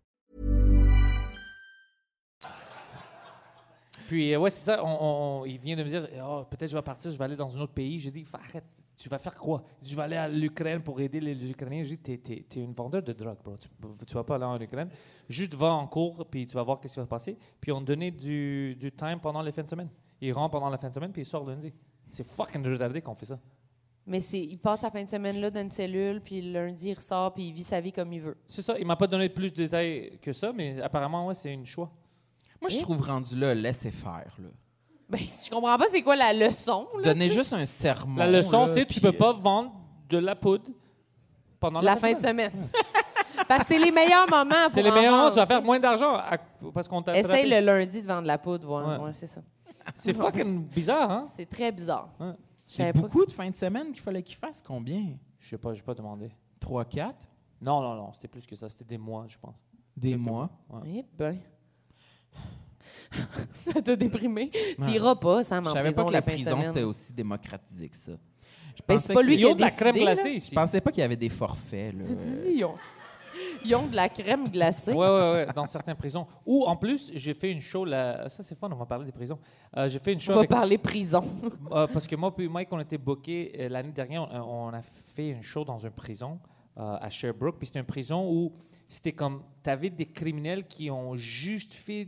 Speaker 2: Puis, euh, ouais, c'est ça. on- on- il vient de me dire oh, peut-être je vais partir, je vais aller dans un autre pays. J'ai dit Fa- arrête, tu vas faire quoi Il dit, Je vais aller à l'Ukraine pour aider les, les Ukrainiens. J'ai dit t'es, t'es, t'es une vendeur de drogue, bro. Tu, tu vas pas aller en Ukraine. Juste va en cours, puis tu vas voir qu'est-ce qui va se passer. Puis, on donnait du, du time pendant les fins de semaine. Il rentre pendant la fin de semaine, puis il sort lundi. C'est fucking retardé qu'on fait ça.
Speaker 3: mais c'est, il passe la fin de semaine là dans une cellule, puis lundi, il ressort, puis il vit sa vie comme il veut.
Speaker 2: C'est ça. Il m'a pas donné plus de détails que ça, mais apparemment, ouais, c'est une choix.
Speaker 4: Moi,
Speaker 3: Eh?
Speaker 4: je trouve rendu là, laissez faire. là.
Speaker 3: Ben, je comprends pas c'est quoi la leçon. Là,
Speaker 4: Donnez juste un sermon.
Speaker 2: La leçon,
Speaker 4: là,
Speaker 2: c'est tu
Speaker 4: puis, euh,
Speaker 2: peux pas vendre de la poudre pendant la,
Speaker 3: la fin de semaine. Parce que c'est les meilleurs moments pour
Speaker 2: C'est les
Speaker 3: en
Speaker 2: meilleurs moments, tu
Speaker 3: vendre.
Speaker 2: vas faire moins d'argent à- parce qu'on t'a
Speaker 3: Essaye
Speaker 2: attrapé.
Speaker 3: le lundi de vendre la poudre, voir.
Speaker 2: Ouais.
Speaker 3: Ouais, c'est ça.
Speaker 2: C'est fucking bizarre, hein?
Speaker 3: C'est très bizarre.
Speaker 2: Ouais.
Speaker 3: Je
Speaker 4: C'est
Speaker 3: savais pas
Speaker 4: beaucoup de fins de semaine qu'il fallait qu'ils fassent. Combien?
Speaker 2: Je sais pas, j'ai pas demandé.
Speaker 4: 3, 4?
Speaker 2: Non, non, non, c'était plus que ça, c'était des mois, je pense.
Speaker 4: Des mois.
Speaker 3: Eh ben. ça t'a déprimé. Tu iras pas, Sam,
Speaker 4: Je
Speaker 3: en
Speaker 4: savais pas
Speaker 3: prison
Speaker 4: que la
Speaker 3: la fin de
Speaker 4: prison, c'était
Speaker 3: semaine.
Speaker 4: aussi démocratisé que ça. Je
Speaker 3: Ben, c'est pas lui
Speaker 4: que-
Speaker 3: qui
Speaker 2: Ils
Speaker 3: a
Speaker 2: ont de la
Speaker 3: décidé,
Speaker 2: crème
Speaker 3: là.
Speaker 2: glacée
Speaker 4: Je
Speaker 2: ici.
Speaker 4: pensais pas qu'il y avait des forfaits. là.
Speaker 3: Dis, on- Ils ont de la crème glacée.
Speaker 2: Ouais, ouais, ouais, dans certaines prisons. Ou en plus, j'ai fait une show là. Ça, c'est fun, on va parler des prisons. Euh, j'ai fait une
Speaker 3: On
Speaker 2: show
Speaker 3: va
Speaker 2: avec.
Speaker 3: parler prison.
Speaker 2: Euh, parce que moi puis Mike, on était bookés euh, l'année dernière. On, on a fait une show dans une prison euh, à Sherbrooke. Puis c'était une prison où c'était comme. T'avais des criminels qui ont juste fait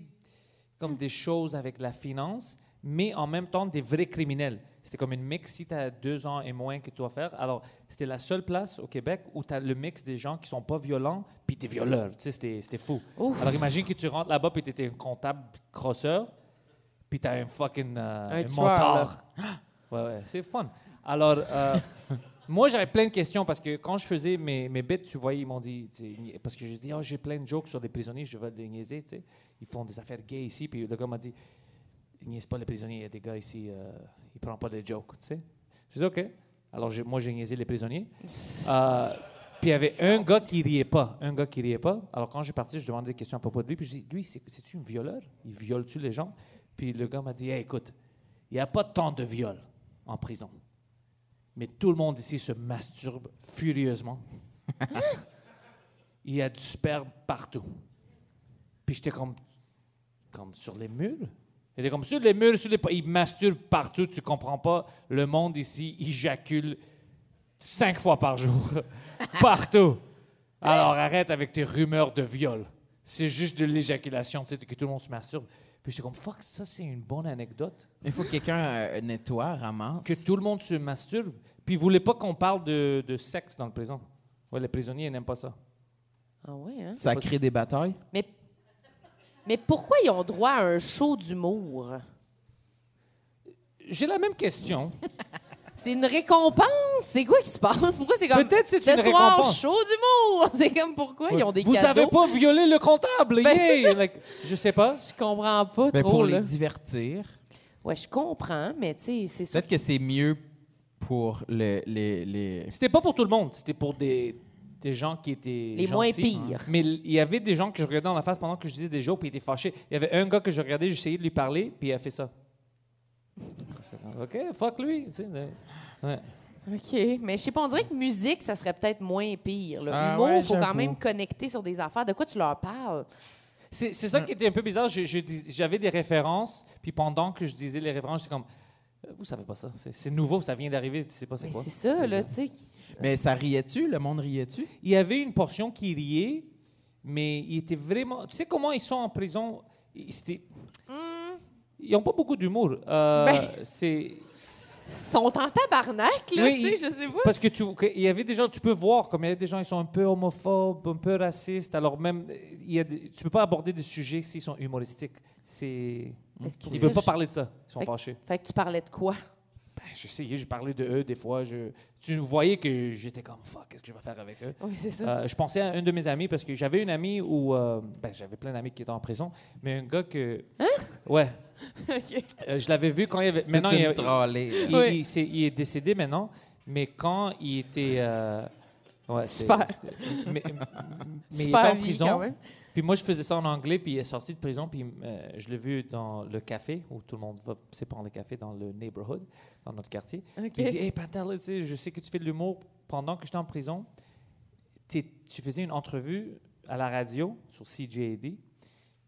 Speaker 2: comme des choses avec la finance, mais en même temps des vrais criminels. C'était comme une mix si tu as deux ans et moins que tu dois faire. Alors, c'était la seule place au Québec où tu as le mix des gens qui sont pas violents, puis des violeurs. Tu sais, c'était c'était fou.
Speaker 3: Ouf.
Speaker 2: Alors, imagine que tu rentres là-bas, puis tu étais un comptable crosseur, puis tu as un fucking euh,
Speaker 3: Un
Speaker 2: un
Speaker 3: tueur,
Speaker 2: mentard. Ouais, ouais, c'est fun. Alors, euh, moi, j'avais plein de questions parce que quand je faisais mes, mes bêtes, tu voyais, ils m'ont dit, tu sais, parce que je dis, oh, j'ai plein de jokes sur des prisonniers, je vais les niaiser, tu sais. Ils font des affaires gays ici, puis le gars m'a dit, niaise pas les prisonniers, il y a des gars ici, euh, ils prennent pas des jokes, tu sais. Je dis, OK. Alors, je- moi, j'ai niaisé les prisonniers. Euh, puis il y avait un gars qui riait pas, un gars qui riait pas. Alors quand j'ai parti, je demandais des questions à propos de lui, puis je dis, lui, c'est- c'est-tu un violeur? Il viole-tu les gens? Puis le gars m'a dit, Hey, écoute, il n'y a pas tant de viols en prison, mais tout le monde ici se masturbe furieusement. il y a du sperme partout. Puis j'étais comme, comme sur les murs. Il était comme sur les murs, sur les... pa- Il masturbe partout, tu comprends pas. Le monde ici éjacule cinq fois par jour. Partout. Alors arrête avec tes rumeurs de viol. C'est juste de l'éjaculation, tu sais, que tout le monde se masturbe. Puis j'étais comme, fuck, ça c'est une bonne anecdote.
Speaker 4: Il faut que quelqu'un euh, nettoie, ramasse.
Speaker 2: Que tout le monde se masturbe. Puis ils voulaient pas qu'on parle de, de sexe dans le prison. Ouais, les prisonniers ils n'aiment pas ça.
Speaker 3: Ah ouais, hein?
Speaker 4: Ça crée des batailles.
Speaker 3: Mais, mais pourquoi ils ont droit à un show d'humour?
Speaker 2: J'ai la même question.
Speaker 3: C'est une récompense? C'est quoi qui se passe? Pourquoi c'est comme.
Speaker 2: Peut-être c'est
Speaker 3: Ce
Speaker 2: une
Speaker 3: soir,
Speaker 2: récompense.
Speaker 3: show d'humour! C'est comme pourquoi ils ont des
Speaker 2: Vous
Speaker 3: cadeaux?
Speaker 2: savez pas violer le comptable. yeah!
Speaker 3: Ben, c'est ça.
Speaker 2: Like, je sais pas.
Speaker 3: Je comprends pas
Speaker 4: hein? Mais
Speaker 3: trop,
Speaker 4: pour
Speaker 3: là.
Speaker 4: les divertir.
Speaker 3: Ouais, je comprends, mais tu sais, c'est sûr.
Speaker 4: Peut-être que c'est mieux pour le- les, les-
Speaker 2: C'était pas pour tout le monde, c'était pour des, des gens qui étaient
Speaker 3: Les moins
Speaker 2: gentils.
Speaker 3: pires.
Speaker 2: Mais l- il y avait des gens que je regardais dans la face pendant que je disais des jokes puis ils étaient fâchés. Il y avait un gars que je regardais, j'essayais de lui parler puis il a fait ça. Ok, fuck lui. tu sais, le- ouais.
Speaker 3: OK. Mais je sais pas, on dirait que musique, ça serait peut-être moins pire. Là.
Speaker 4: Ah
Speaker 3: Humour,
Speaker 4: ouais,
Speaker 3: faut quand
Speaker 4: j'avoue.
Speaker 3: même connecter sur des affaires. De quoi tu leur parles?
Speaker 2: C'est c'est ça qui était un peu bizarre. Je- je dis- J'avais des références puis pendant que je disais les références, j'étais comme Euh, vous savez pas ça, c'est c'est nouveau, ça vient d'arriver, tu sais pas c'est
Speaker 3: Mais
Speaker 2: quoi.
Speaker 3: Ben, c'est ça, là, tu sais.
Speaker 4: Mais ça riait-tu? Le monde riait-tu?
Speaker 2: il y avait une portion qui riait, mais il était vraiment. Tu sais comment ils sont en prison Ils- c'était- Ils n'ont pas beaucoup d'humour. Euh,
Speaker 3: Mm. Ben.
Speaker 2: c'est
Speaker 3: Ils sont en tabarnak, là,
Speaker 2: Oui,
Speaker 3: tu
Speaker 2: il-
Speaker 3: sais, je sais pas.
Speaker 2: parce que tu, que- il y avait des gens, tu peux voir comme il y a des gens, ils sont un peu homophobes, un peu racistes. Alors même, il y a des- tu peux pas aborder des sujets s'ils sont humoristiques. C'est,
Speaker 3: Est-ce qu'il
Speaker 2: ils
Speaker 3: faut-
Speaker 2: veulent pas parler de ça. Ils sont
Speaker 3: Fait que-
Speaker 2: fâchés.
Speaker 3: Fait que tu parlais de quoi?
Speaker 2: Ben, j'essayais, je parlais de eux des fois. Je, tu voyais que j'étais comme fuck, qu'est-ce que je vais faire avec eux
Speaker 3: Oui, c'est ça.
Speaker 2: Euh, je pensais à une de mes amies parce que j'avais une amie où. euh, ben, j'avais plein d'amis qui étaient en prison, mais un gars que.
Speaker 3: Hein?
Speaker 2: Ouais.
Speaker 3: OK.
Speaker 2: Euh, je l'avais vu quand il avait. Maintenant,
Speaker 4: Toute
Speaker 2: il,
Speaker 4: une
Speaker 2: il-
Speaker 4: trollée.
Speaker 2: il-
Speaker 3: Oui.
Speaker 2: il s'est- il est décédé maintenant, mais quand il était. euh, ouais, c'est-
Speaker 3: Super.
Speaker 2: c'est- mais, mais il était
Speaker 3: Super
Speaker 2: en
Speaker 3: vie,
Speaker 2: prison.
Speaker 3: quand même.
Speaker 2: Puis moi, je faisais ça en anglais, puis il est sorti de prison, puis euh, je l'ai vu dans le café, où tout le monde va se prendre le café dans le neighborhood, dans notre quartier.
Speaker 3: OK.
Speaker 2: Puis Il dit Hey, Pantel, tu sais, je sais que tu fais de l'humour. Pendant que j'étais en prison, t'es- tu faisais une entrevue à la radio sur CJAD,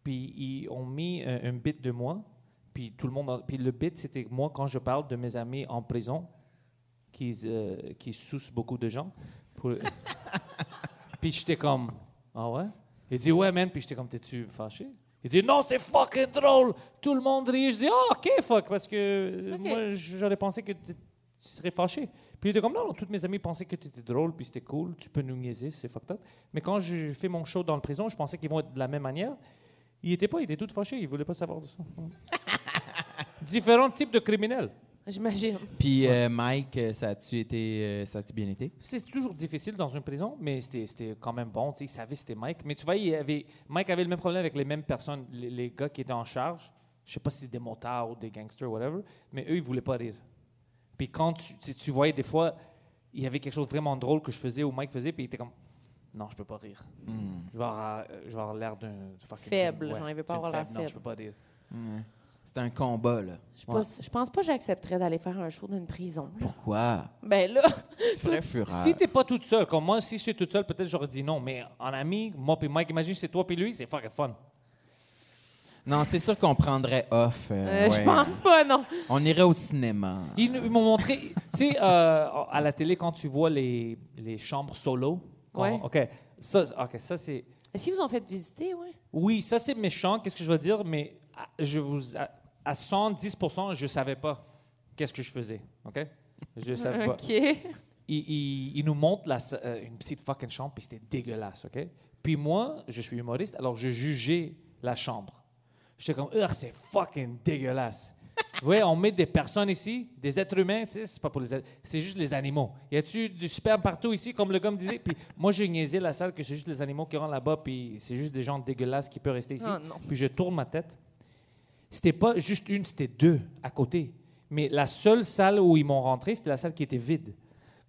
Speaker 2: puis ils ont mis euh, un, un bit de moi, puis tout le monde. a- Puis le bit, c'était moi quand je parle de mes amis en prison qui, euh, qui soucent beaucoup de gens. pour- puis j'étais comme Ah ouais Il dit Ouais, man. Puis j'étais comme T'es-tu fâché il dit non, c'était fucking drôle. Tout le monde rit. Je dis ah, ok, fuck, parce que euh,
Speaker 3: Ok.
Speaker 2: moi, j'aurais pensé que tu tu serais fâché. Puis il était comme, non, non, toutes mes amies pensaient que tu étais drôle, puis c'était cool, tu peux nous niaiser, c'est fucked up. Mais quand je fais mon show dans le prison, je pensais qu'ils vont être de la même manière. Ils étaient pas, ils étaient tous fâchés, ils voulaient pas savoir de ça. Ouais. Différents types de criminels.
Speaker 3: J'imagine.
Speaker 4: Puis euh, Mike, euh, ça a-tu été, euh, ça a-tu bien été?
Speaker 2: C'est toujours difficile dans une prison, mais c'était- c'était quand même bon. tu sais, Ils savaient c'était Mike. Mais tu vois, il y avait, Mike avait le même problème avec les mêmes personnes, les, les gars qui étaient en charge. Je sais pas si c'est des motards ou des gangsters, whatever, mais eux, ils voulaient pas rire. Puis quand tu, tu, tu voyais des fois, il y avait quelque chose de vraiment drôle que je faisais ou Mike faisait, puis il était comme Non, je peux pas rire. Je vais avoir, euh, je vais avoir l'air d'un. fucking-
Speaker 3: Faible,
Speaker 2: ouais,
Speaker 3: genre, il veut pas
Speaker 2: c'est
Speaker 3: avoir
Speaker 2: une
Speaker 3: l'air
Speaker 2: Non, je
Speaker 3: faible.
Speaker 2: peux pas rire.
Speaker 4: C'était un combat, là.
Speaker 3: Je
Speaker 4: Ouais.
Speaker 3: pense, je pense pas que j'accepterais d'aller faire un show dans une prison. là.
Speaker 4: Pourquoi?
Speaker 3: Ben là,
Speaker 4: Tu ferais fureur.
Speaker 2: Si t'es pas toute seule, comme moi, si je suis toute seule, peut-être j'aurais dit non. Mais en ami, moi puis Mike, imagine c'est toi puis lui, c'est fucking fun.
Speaker 4: Non, c'est sûr qu'on prendrait off. euh,
Speaker 2: Ben
Speaker 3: euh, je
Speaker 4: ouais.
Speaker 3: pense pas, non.
Speaker 4: On irait au cinéma.
Speaker 2: Ils, nous- ils m'ont montré, tu sais, euh, à la télé, quand tu vois les, les chambres solo. quand-
Speaker 3: Ouais.
Speaker 2: OK. Ça, OK, ça c'est.
Speaker 3: Est-ce qu'ils vous ont fait visiter, ouais?
Speaker 2: Oui, ça c'est méchant, qu'est-ce que je veux dire, mais à- je vous à, à 110 je savais pas qu'est-ce que je faisais, OK Je savais pas.
Speaker 3: OK. Ils
Speaker 2: Ils, ils- ils nous montrent la s- euh, une petite fucking chambre puis c'était dégueulasse, OK Puis moi, je suis humoriste, alors je jugeais la chambre. J'étais comme Ugh, c'est fucking dégueulasse. Oui, on met des personnes ici, des êtres humains, c'est c'est pas pour les êtres- c'est juste les animaux. Y a-tu du sperme partout ici, comme le gars me disait? Puis moi, j'ai niaisé la salle que c'est juste les animaux qui rentrent là-bas, puis c'est juste des gens dégueulasses qui peuvent rester ici.
Speaker 3: Ah, non.
Speaker 2: Puis je tourne ma tête. C'était pas juste une, c'était deux à côté. Mais la seule salle où ils m'ont rentré, c'était la salle qui était vide.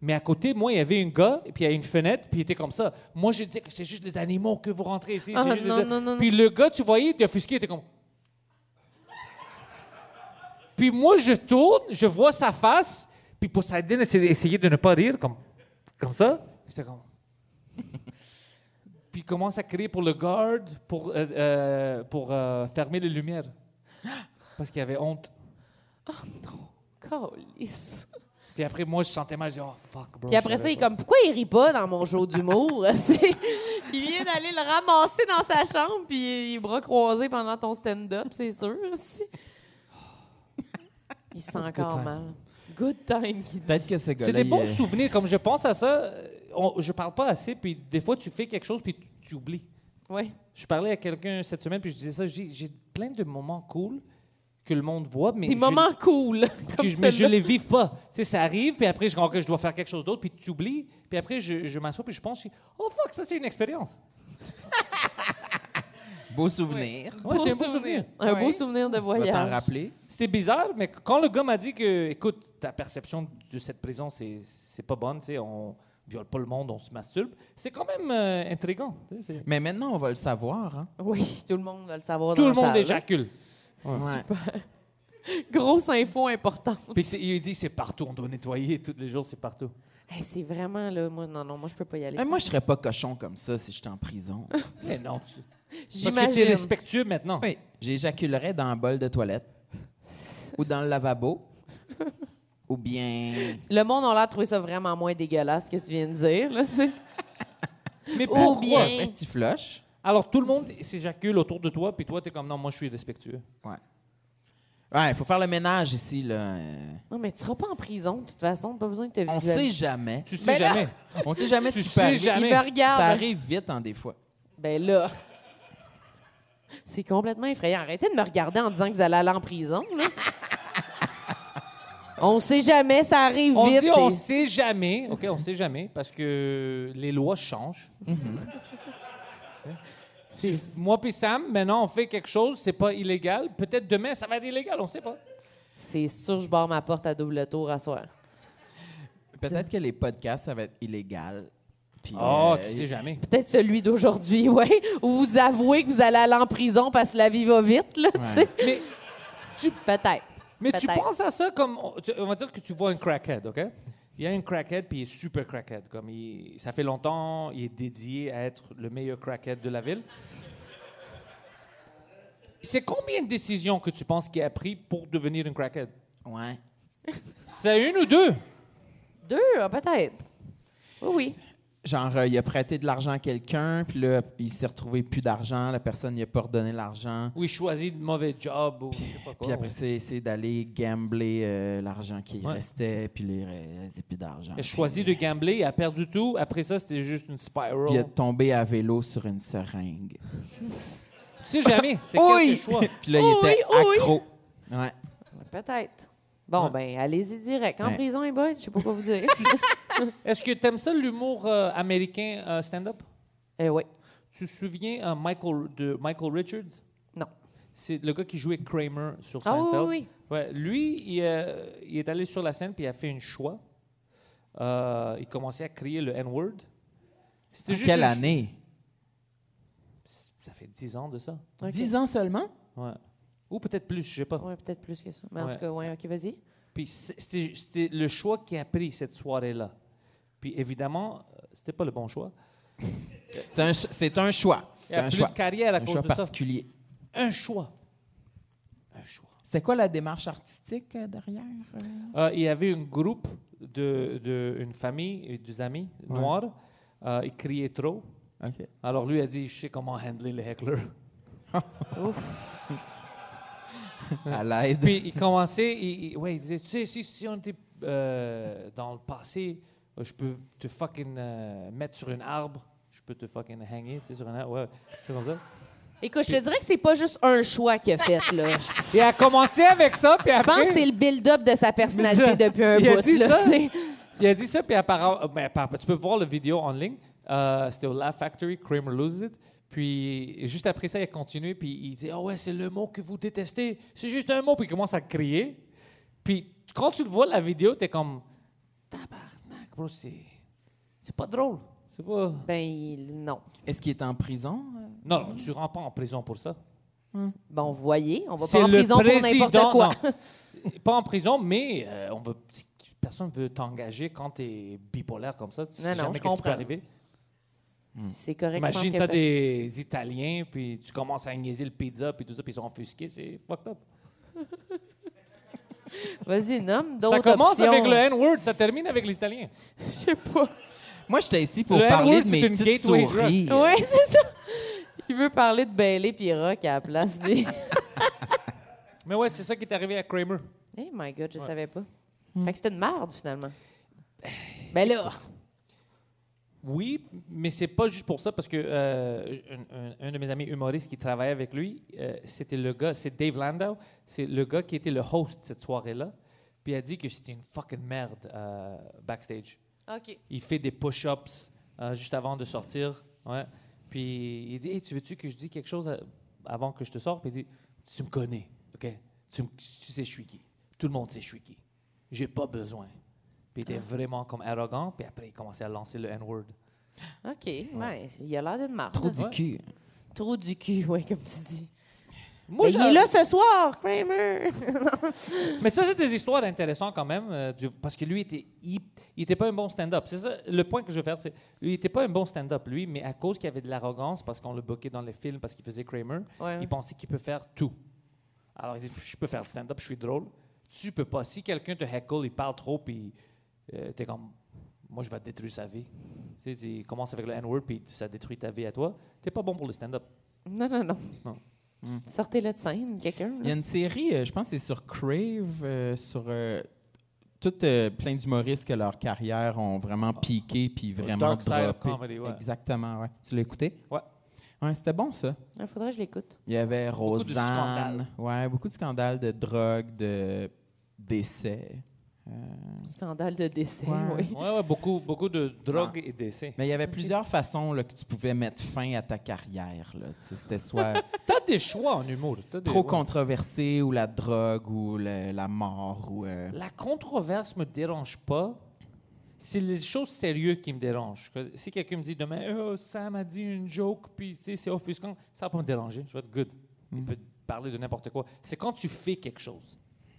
Speaker 2: Mais à côté, moi, il y avait un gars, et puis il y a une fenêtre, puis il était comme ça. Moi, je disais que c'est juste les animaux que vous rentrez ici.
Speaker 3: Ah,
Speaker 2: c'est juste les-
Speaker 3: non, non, non,
Speaker 2: puis le gars, tu voyais, il était offusqué, il était comme. Puis moi, je tourne, je vois sa face, puis Poseidon essa- essayait de ne pas rire, comme, comme ça. J'étais comme. puis il commence à crier pour le garde, pour, euh, euh, pour euh, fermer les lumières. Parce qu'il avait honte.
Speaker 3: Câlisse.
Speaker 2: Puis après, moi, je sentais mal, je disais, oh fuck, bro.
Speaker 3: Puis après
Speaker 2: je
Speaker 3: ça,
Speaker 2: savais
Speaker 3: il est
Speaker 2: pas.
Speaker 3: comme, pourquoi il rit pas dans mon show d'humour? C'est- il vient d'aller le ramasser dans sa chambre, puis il est bras croisé pendant ton stand-up, c'est sûr. si. Il se sent
Speaker 2: That's good
Speaker 3: encore
Speaker 2: time.
Speaker 3: mal. Good time, qu'il dit.
Speaker 4: Peut-être que ce gars-là.
Speaker 2: C'est des
Speaker 4: il
Speaker 2: bons
Speaker 4: est-
Speaker 2: souvenirs. Comme je pense à ça, euh, on- je parle pas assez, puis des fois, tu fais quelque chose, puis tu- tu oublies.
Speaker 3: Ouais.
Speaker 2: Je parlais à quelqu'un cette semaine, puis je disais ça, j'ai j'ai plein de moments cool que le monde voit, mais
Speaker 3: Des
Speaker 2: je,
Speaker 3: moments cool, comme
Speaker 2: que je, mais je
Speaker 3: celui-là.
Speaker 2: les vive pas. Tu sais, ça arrive, puis après, je comprends que je dois faire quelque chose d'autre, puis tu oublies, puis après, je, je m'assois, puis je pense, oh fuck, ça, c'est une expérience.
Speaker 4: Beau souvenir.
Speaker 2: Ouais,
Speaker 3: Beau
Speaker 2: c'est un beau souvenir.
Speaker 3: Un
Speaker 4: Ouais.
Speaker 3: beau souvenir de
Speaker 4: Tu vas
Speaker 3: voyage.
Speaker 4: t'en rappeler?
Speaker 2: C'était bizarre, mais quand le gars m'a dit que, écoute, ta perception de cette prison, c'est c'est pas bonne, tu sais, on viole pas le monde, on se masturbe, c'est quand même euh, intriguant. tu sais, c'est-
Speaker 4: Mais maintenant, on va le savoir. Hein?
Speaker 3: Oui, tout le monde va le savoir.
Speaker 2: Tout
Speaker 3: dans
Speaker 2: le
Speaker 3: la
Speaker 2: monde
Speaker 3: salle.
Speaker 2: éjacule.
Speaker 4: Ouais.
Speaker 3: Grosse info importante.
Speaker 2: Puis c'est- il dit, c'est partout, on doit nettoyer tous les jours, c'est partout.
Speaker 3: Hey, c'est vraiment là, moi non non, moi je peux pas y aller.
Speaker 4: Ah, moi, je serais pas cochon comme ça si j'étais en prison.
Speaker 2: Mais non, tu... Parce que t'es
Speaker 3: J'imagine.
Speaker 2: respectueux maintenant.
Speaker 4: oui. J'éjaculerais dans un bol de toilette ou dans le lavabo ou bien.
Speaker 3: Le monde a l'air de trouver ça vraiment moins dégueulasse que tu viens de dire là, tu sais.
Speaker 2: Mais
Speaker 3: Ou
Speaker 2: pourquoi?
Speaker 3: bien
Speaker 4: Un petit flush.
Speaker 2: Alors tout le monde s'éjacule autour de toi, puis toi, t'es comme, non, moi, je suis respectueux.
Speaker 4: Ouais. Ouais, il faut faire le ménage ici. Là. Euh,
Speaker 3: Non mais tu seras pas en prison de toute façon, pas besoin de te
Speaker 4: On sait
Speaker 3: visualiser.
Speaker 4: jamais.
Speaker 2: Tu sais
Speaker 3: Ben là-
Speaker 2: jamais.
Speaker 4: On sait jamais
Speaker 2: Tu
Speaker 4: ce qui
Speaker 2: sais
Speaker 4: peut arriver.
Speaker 2: jamais.
Speaker 3: Il me regarde.
Speaker 4: Ça arrive vite, en des fois.
Speaker 3: Ben là. C'est complètement effrayant. Arrêtez de me regarder en disant que vous allez aller en prison là. on sait jamais, ça arrive
Speaker 2: On
Speaker 3: vite.
Speaker 2: dit, on
Speaker 3: c'est-
Speaker 2: sait jamais. OK, on sait jamais, parce que les lois changent.
Speaker 3: Mhm.
Speaker 2: Si moi puis Sam, maintenant, on fait quelque chose, c'est pas illégal. Peut-être demain, ça va être illégal, on sait pas.
Speaker 3: C'est sûr je barre ma porte à double tour à soir.
Speaker 4: Peut-être que les podcasts, ça va être illégal. Puis,
Speaker 2: Oh,
Speaker 4: euh,
Speaker 2: tu sais jamais.
Speaker 3: Peut-être celui d'aujourd'hui, ouais, où vous avouez que vous allez aller en prison parce que la vie va vite là, tu sais.
Speaker 2: Mais tu
Speaker 3: Peut-être.
Speaker 2: Mais tu
Speaker 3: Peut-être.
Speaker 2: penses à ça comme. tu- On va dire que tu vois un crackhead, OK? Il y a un crackhead, puis il est super crackhead. Comme il- ça fait longtemps, il est dédié à être le meilleur crackhead de la ville. C'est combien de décisions que tu penses qu'il a pris pour devenir un crackhead?
Speaker 4: Ouais.
Speaker 2: C'est une ou deux?
Speaker 3: Deux, ah, peut-être. Oui, oui.
Speaker 4: Genre, euh, il a prêté de l'argent à quelqu'un, puis là, il s'est retrouvé plus d'argent, la personne n'a pas redonné l'argent.
Speaker 2: Ou il choisit de mauvais job, ou je sais pas quoi.
Speaker 4: Puis après, c'est essayer d'aller gambler euh, l'argent qui
Speaker 2: Oh. Ouais.
Speaker 4: restait, puis là, il restait plus d'argent.
Speaker 2: Il a choisi de gambler, il a perdu tout. Après ça, c'était juste une spiral.
Speaker 4: euh, Il est tombé à vélo sur une seringue.
Speaker 2: Tu sais jamais, c'est
Speaker 4: Oui!
Speaker 2: quelques choix.
Speaker 4: Puis là,
Speaker 3: Oui,
Speaker 4: il était
Speaker 3: oui.
Speaker 4: accro. Ouais.
Speaker 3: Peut-être. Bon, ben, allez-y direct. En
Speaker 4: Ouais.
Speaker 3: prison, les boys, je sais pas quoi vous dire.
Speaker 2: Est-ce que t'aimes ça l'humour euh, américain euh, stand-up?
Speaker 3: eh oui.
Speaker 2: Tu te souviens euh, Michael, de Michael Richards?
Speaker 3: Non.
Speaker 2: C'est le gars qui jouait Kramer sur
Speaker 3: Ah oui,
Speaker 2: Seinfeld.
Speaker 3: oui,
Speaker 2: Ouais, lui, il, euh, il est allé sur la scène puis il a fait une choix. Euh, il commençait à crier le N-word. C'était juste
Speaker 4: Quelle
Speaker 2: une-
Speaker 4: année?
Speaker 2: Ça fait 10 ans de ça.
Speaker 3: Ok.
Speaker 4: Dix ans seulement?
Speaker 2: Ouais. Ou peut-être plus, je sais pas.
Speaker 3: Oui, peut-être plus que ça. Mais en
Speaker 2: Ouais.
Speaker 3: tout cas, ouais, OK, vas-y.
Speaker 2: Puis c'est- c'était c'était le choix qu'il a pris cette soirée-là. Puis évidemment, euh, c'était pas le bon choix.
Speaker 4: C'est un, ch- c'est un choix.
Speaker 2: Il
Speaker 4: C'est
Speaker 2: a
Speaker 4: un
Speaker 2: plus
Speaker 4: choix.
Speaker 2: de carrière à
Speaker 4: Un
Speaker 2: cause
Speaker 4: choix
Speaker 2: de ça.
Speaker 4: particulier.
Speaker 2: Un choix. Un choix.
Speaker 4: C'est quoi la démarche artistique euh, derrière? euh?
Speaker 2: Euh, il y avait un groupe de, de- une famille, et des amis
Speaker 4: Ouais.
Speaker 2: noirs. Euh, ils criaient trop.
Speaker 4: OK.
Speaker 2: Alors lui a dit, je sais comment handler les hecklers.
Speaker 4: À l'aide.
Speaker 2: Puis il commençait, il, il- ouais, il disait, tu sais, si, si on était euh, dans le passé, euh, je peux te fucking euh, mettre sur un arbre, je peux te fucking hanger, tu sais, sur un arbre, ouais, c'est comme ça.
Speaker 3: Écoute, je te dirais que c'est pas juste un choix qu'il a fait, là. Je
Speaker 2: Il a commencé avec ça, puis
Speaker 3: je
Speaker 2: après,
Speaker 3: pense que c'est le build-up de sa personnalité
Speaker 2: Mais ça,
Speaker 3: depuis un
Speaker 2: il a
Speaker 3: bout,
Speaker 2: dit
Speaker 3: là,
Speaker 2: ça.
Speaker 3: tu sais.
Speaker 2: il a dit ça, puis apparemment, euh, ben, apparemment, tu peux voir la vidéo en ligne, euh, c'était au Laugh Factory, Kramer Loses It, puis juste après ça, il a continué, puis il dit, ah ouais, c'est le mot que vous détestez, c'est juste un mot, puis il commence à crier, puis quand tu le vois, la vidéo, t'es comme, tabarnak, bro, c'est c'est pas drôle, c'est pas...
Speaker 3: Ben, il- non.
Speaker 4: Est-ce qu'il est en prison?
Speaker 2: Non, non, tu ne rentres pas en prison pour ça.
Speaker 3: Bon, vous voyez, on va
Speaker 2: C'est
Speaker 3: pas en
Speaker 2: le
Speaker 3: prison pour n'importe
Speaker 2: président-
Speaker 3: quoi.
Speaker 2: non. pas en prison, mais euh, on veut, personne ne veut t'engager quand tu es bipolaire comme ça. Tu
Speaker 3: Non,
Speaker 2: sais
Speaker 3: non,
Speaker 2: jamais qu'est-ce
Speaker 3: je
Speaker 2: qui peut
Speaker 3: comprends.
Speaker 2: arriver.
Speaker 3: C'est correct, je pense
Speaker 2: Hmm. Imagine,
Speaker 3: qu'il
Speaker 2: tu
Speaker 3: a
Speaker 2: as
Speaker 3: fait.
Speaker 2: des Italiens, puis tu commences à niaiser le pizza, puis tout ça, puis ils sont offusqués. C'est fucked up.
Speaker 3: Vas-y, nomme d'autres
Speaker 2: Ça commence
Speaker 3: options.
Speaker 2: avec le N-word, ça termine avec les Italiens.
Speaker 3: Je sais pas.
Speaker 4: Moi, j'étais ici pour
Speaker 2: Le
Speaker 4: parler
Speaker 2: N-word,
Speaker 4: de mes
Speaker 2: c'est une
Speaker 4: petites
Speaker 2: gateway drug.
Speaker 4: souris. euh,
Speaker 3: Ouais, c'est ça. Il veut parler de Bailey puis Rock à la place, lui.
Speaker 2: Mais ouais, c'est ça qui est arrivé à Kramer.
Speaker 3: hey Eh my God, je savais pas. Fait que c'était une merde, finalement. Ben là,
Speaker 2: Oui, mais c'est pas juste pour ça, parce que euh, un, un- un de mes amis humoristes qui travaillait avec lui, euh, c'était le gars, c'est Dave Landau, c'est le gars qui était le host cette soirée-là, puis il a dit que c'était une fucking merde euh, backstage.
Speaker 3: OK.
Speaker 2: Il fait des push-ups euh, juste avant de sortir, ouais. Puis il dit, Hey, tu veux-tu que je dise quelque chose à- avant que je te sorte? Puis il dit, tu me connais, ok? Tu, me- tu sais je suis qui. Tout le monde sait je suis qui. J'ai pas besoin. Puis il était vraiment comme arrogant, puis après il commençait à lancer le N-word.
Speaker 3: OK, ouais, il a l'air d'une marde.
Speaker 4: Trop du
Speaker 2: Ouais.
Speaker 4: cul.
Speaker 3: Trop du cul, ouais, comme tu dis.
Speaker 2: Moi,
Speaker 3: Ben, il
Speaker 2: j'ai-
Speaker 3: est là ce soir, Kramer.
Speaker 2: Mais ça, c'est des histoires intéressantes quand même, euh, du- parce que lui, était, il n'était pas un bon stand-up. C'est ça, le point que je veux faire, c'est lui, il n'était pas un bon stand-up, lui, mais à cause qu'il avait de l'arrogance, parce qu'on le boquait dans les films, parce qu'il faisait Kramer,
Speaker 3: Ouais.
Speaker 2: il pensait qu'il peut faire tout. Alors, il dit, je peux faire le stand-up, je suis drôle. Tu peux pas. Si quelqu'un te heckle, il parle trop, puis euh, t'es comme, moi, je vais détruire sa vie. Tu sais, il commence avec le N-word, puis ça détruit ta vie à toi. T'es pas bon pour le stand-up.
Speaker 3: Non, non, non.
Speaker 2: Non.
Speaker 3: Sortez-le de scène, quelqu'un. là.
Speaker 4: Il y a une série, euh, je pense que c'est sur Crave, euh, sur euh, tout euh, plein d'humoristes que leur carrière ont vraiment piqué puis
Speaker 2: Ah.
Speaker 4: vraiment
Speaker 2: Dark Side of
Speaker 4: droppé.
Speaker 2: Comedy, ouais.
Speaker 4: Exactement, ouais. Tu l'as écouté?
Speaker 2: Ouais.
Speaker 4: Ouais, c'était bon ça.
Speaker 3: Il faudrait que je l'écoute.
Speaker 4: Il y avait
Speaker 2: Beaucoup de
Speaker 4: Rosanne. ouais, beaucoup de scandales de drogue, de décès. Euh,
Speaker 3: Scandale de décès,
Speaker 4: Ouais.
Speaker 3: oui.
Speaker 2: Ouais, ouais, beaucoup, beaucoup de drogue
Speaker 4: Ah.
Speaker 2: et d'essais.
Speaker 4: Mais il y avait plusieurs façons là, que tu pouvais mettre fin à ta carrière. là. Tu sais, C'était soit
Speaker 2: T'as des choix en humour. T'as des-
Speaker 4: trop
Speaker 2: ouais.
Speaker 4: controversé ou la drogue ou le- la mort. ou euh,
Speaker 2: La controverse me dérange pas. C'est les choses sérieuses qui me dérangent. Que- Si quelqu'un me dit demain, oh, Sam a dit une joke, puis tu sais, c'est offusquant, ça va pas me déranger. Je vais être good. Il peut parler de n'importe quoi. C'est quand tu fais quelque chose.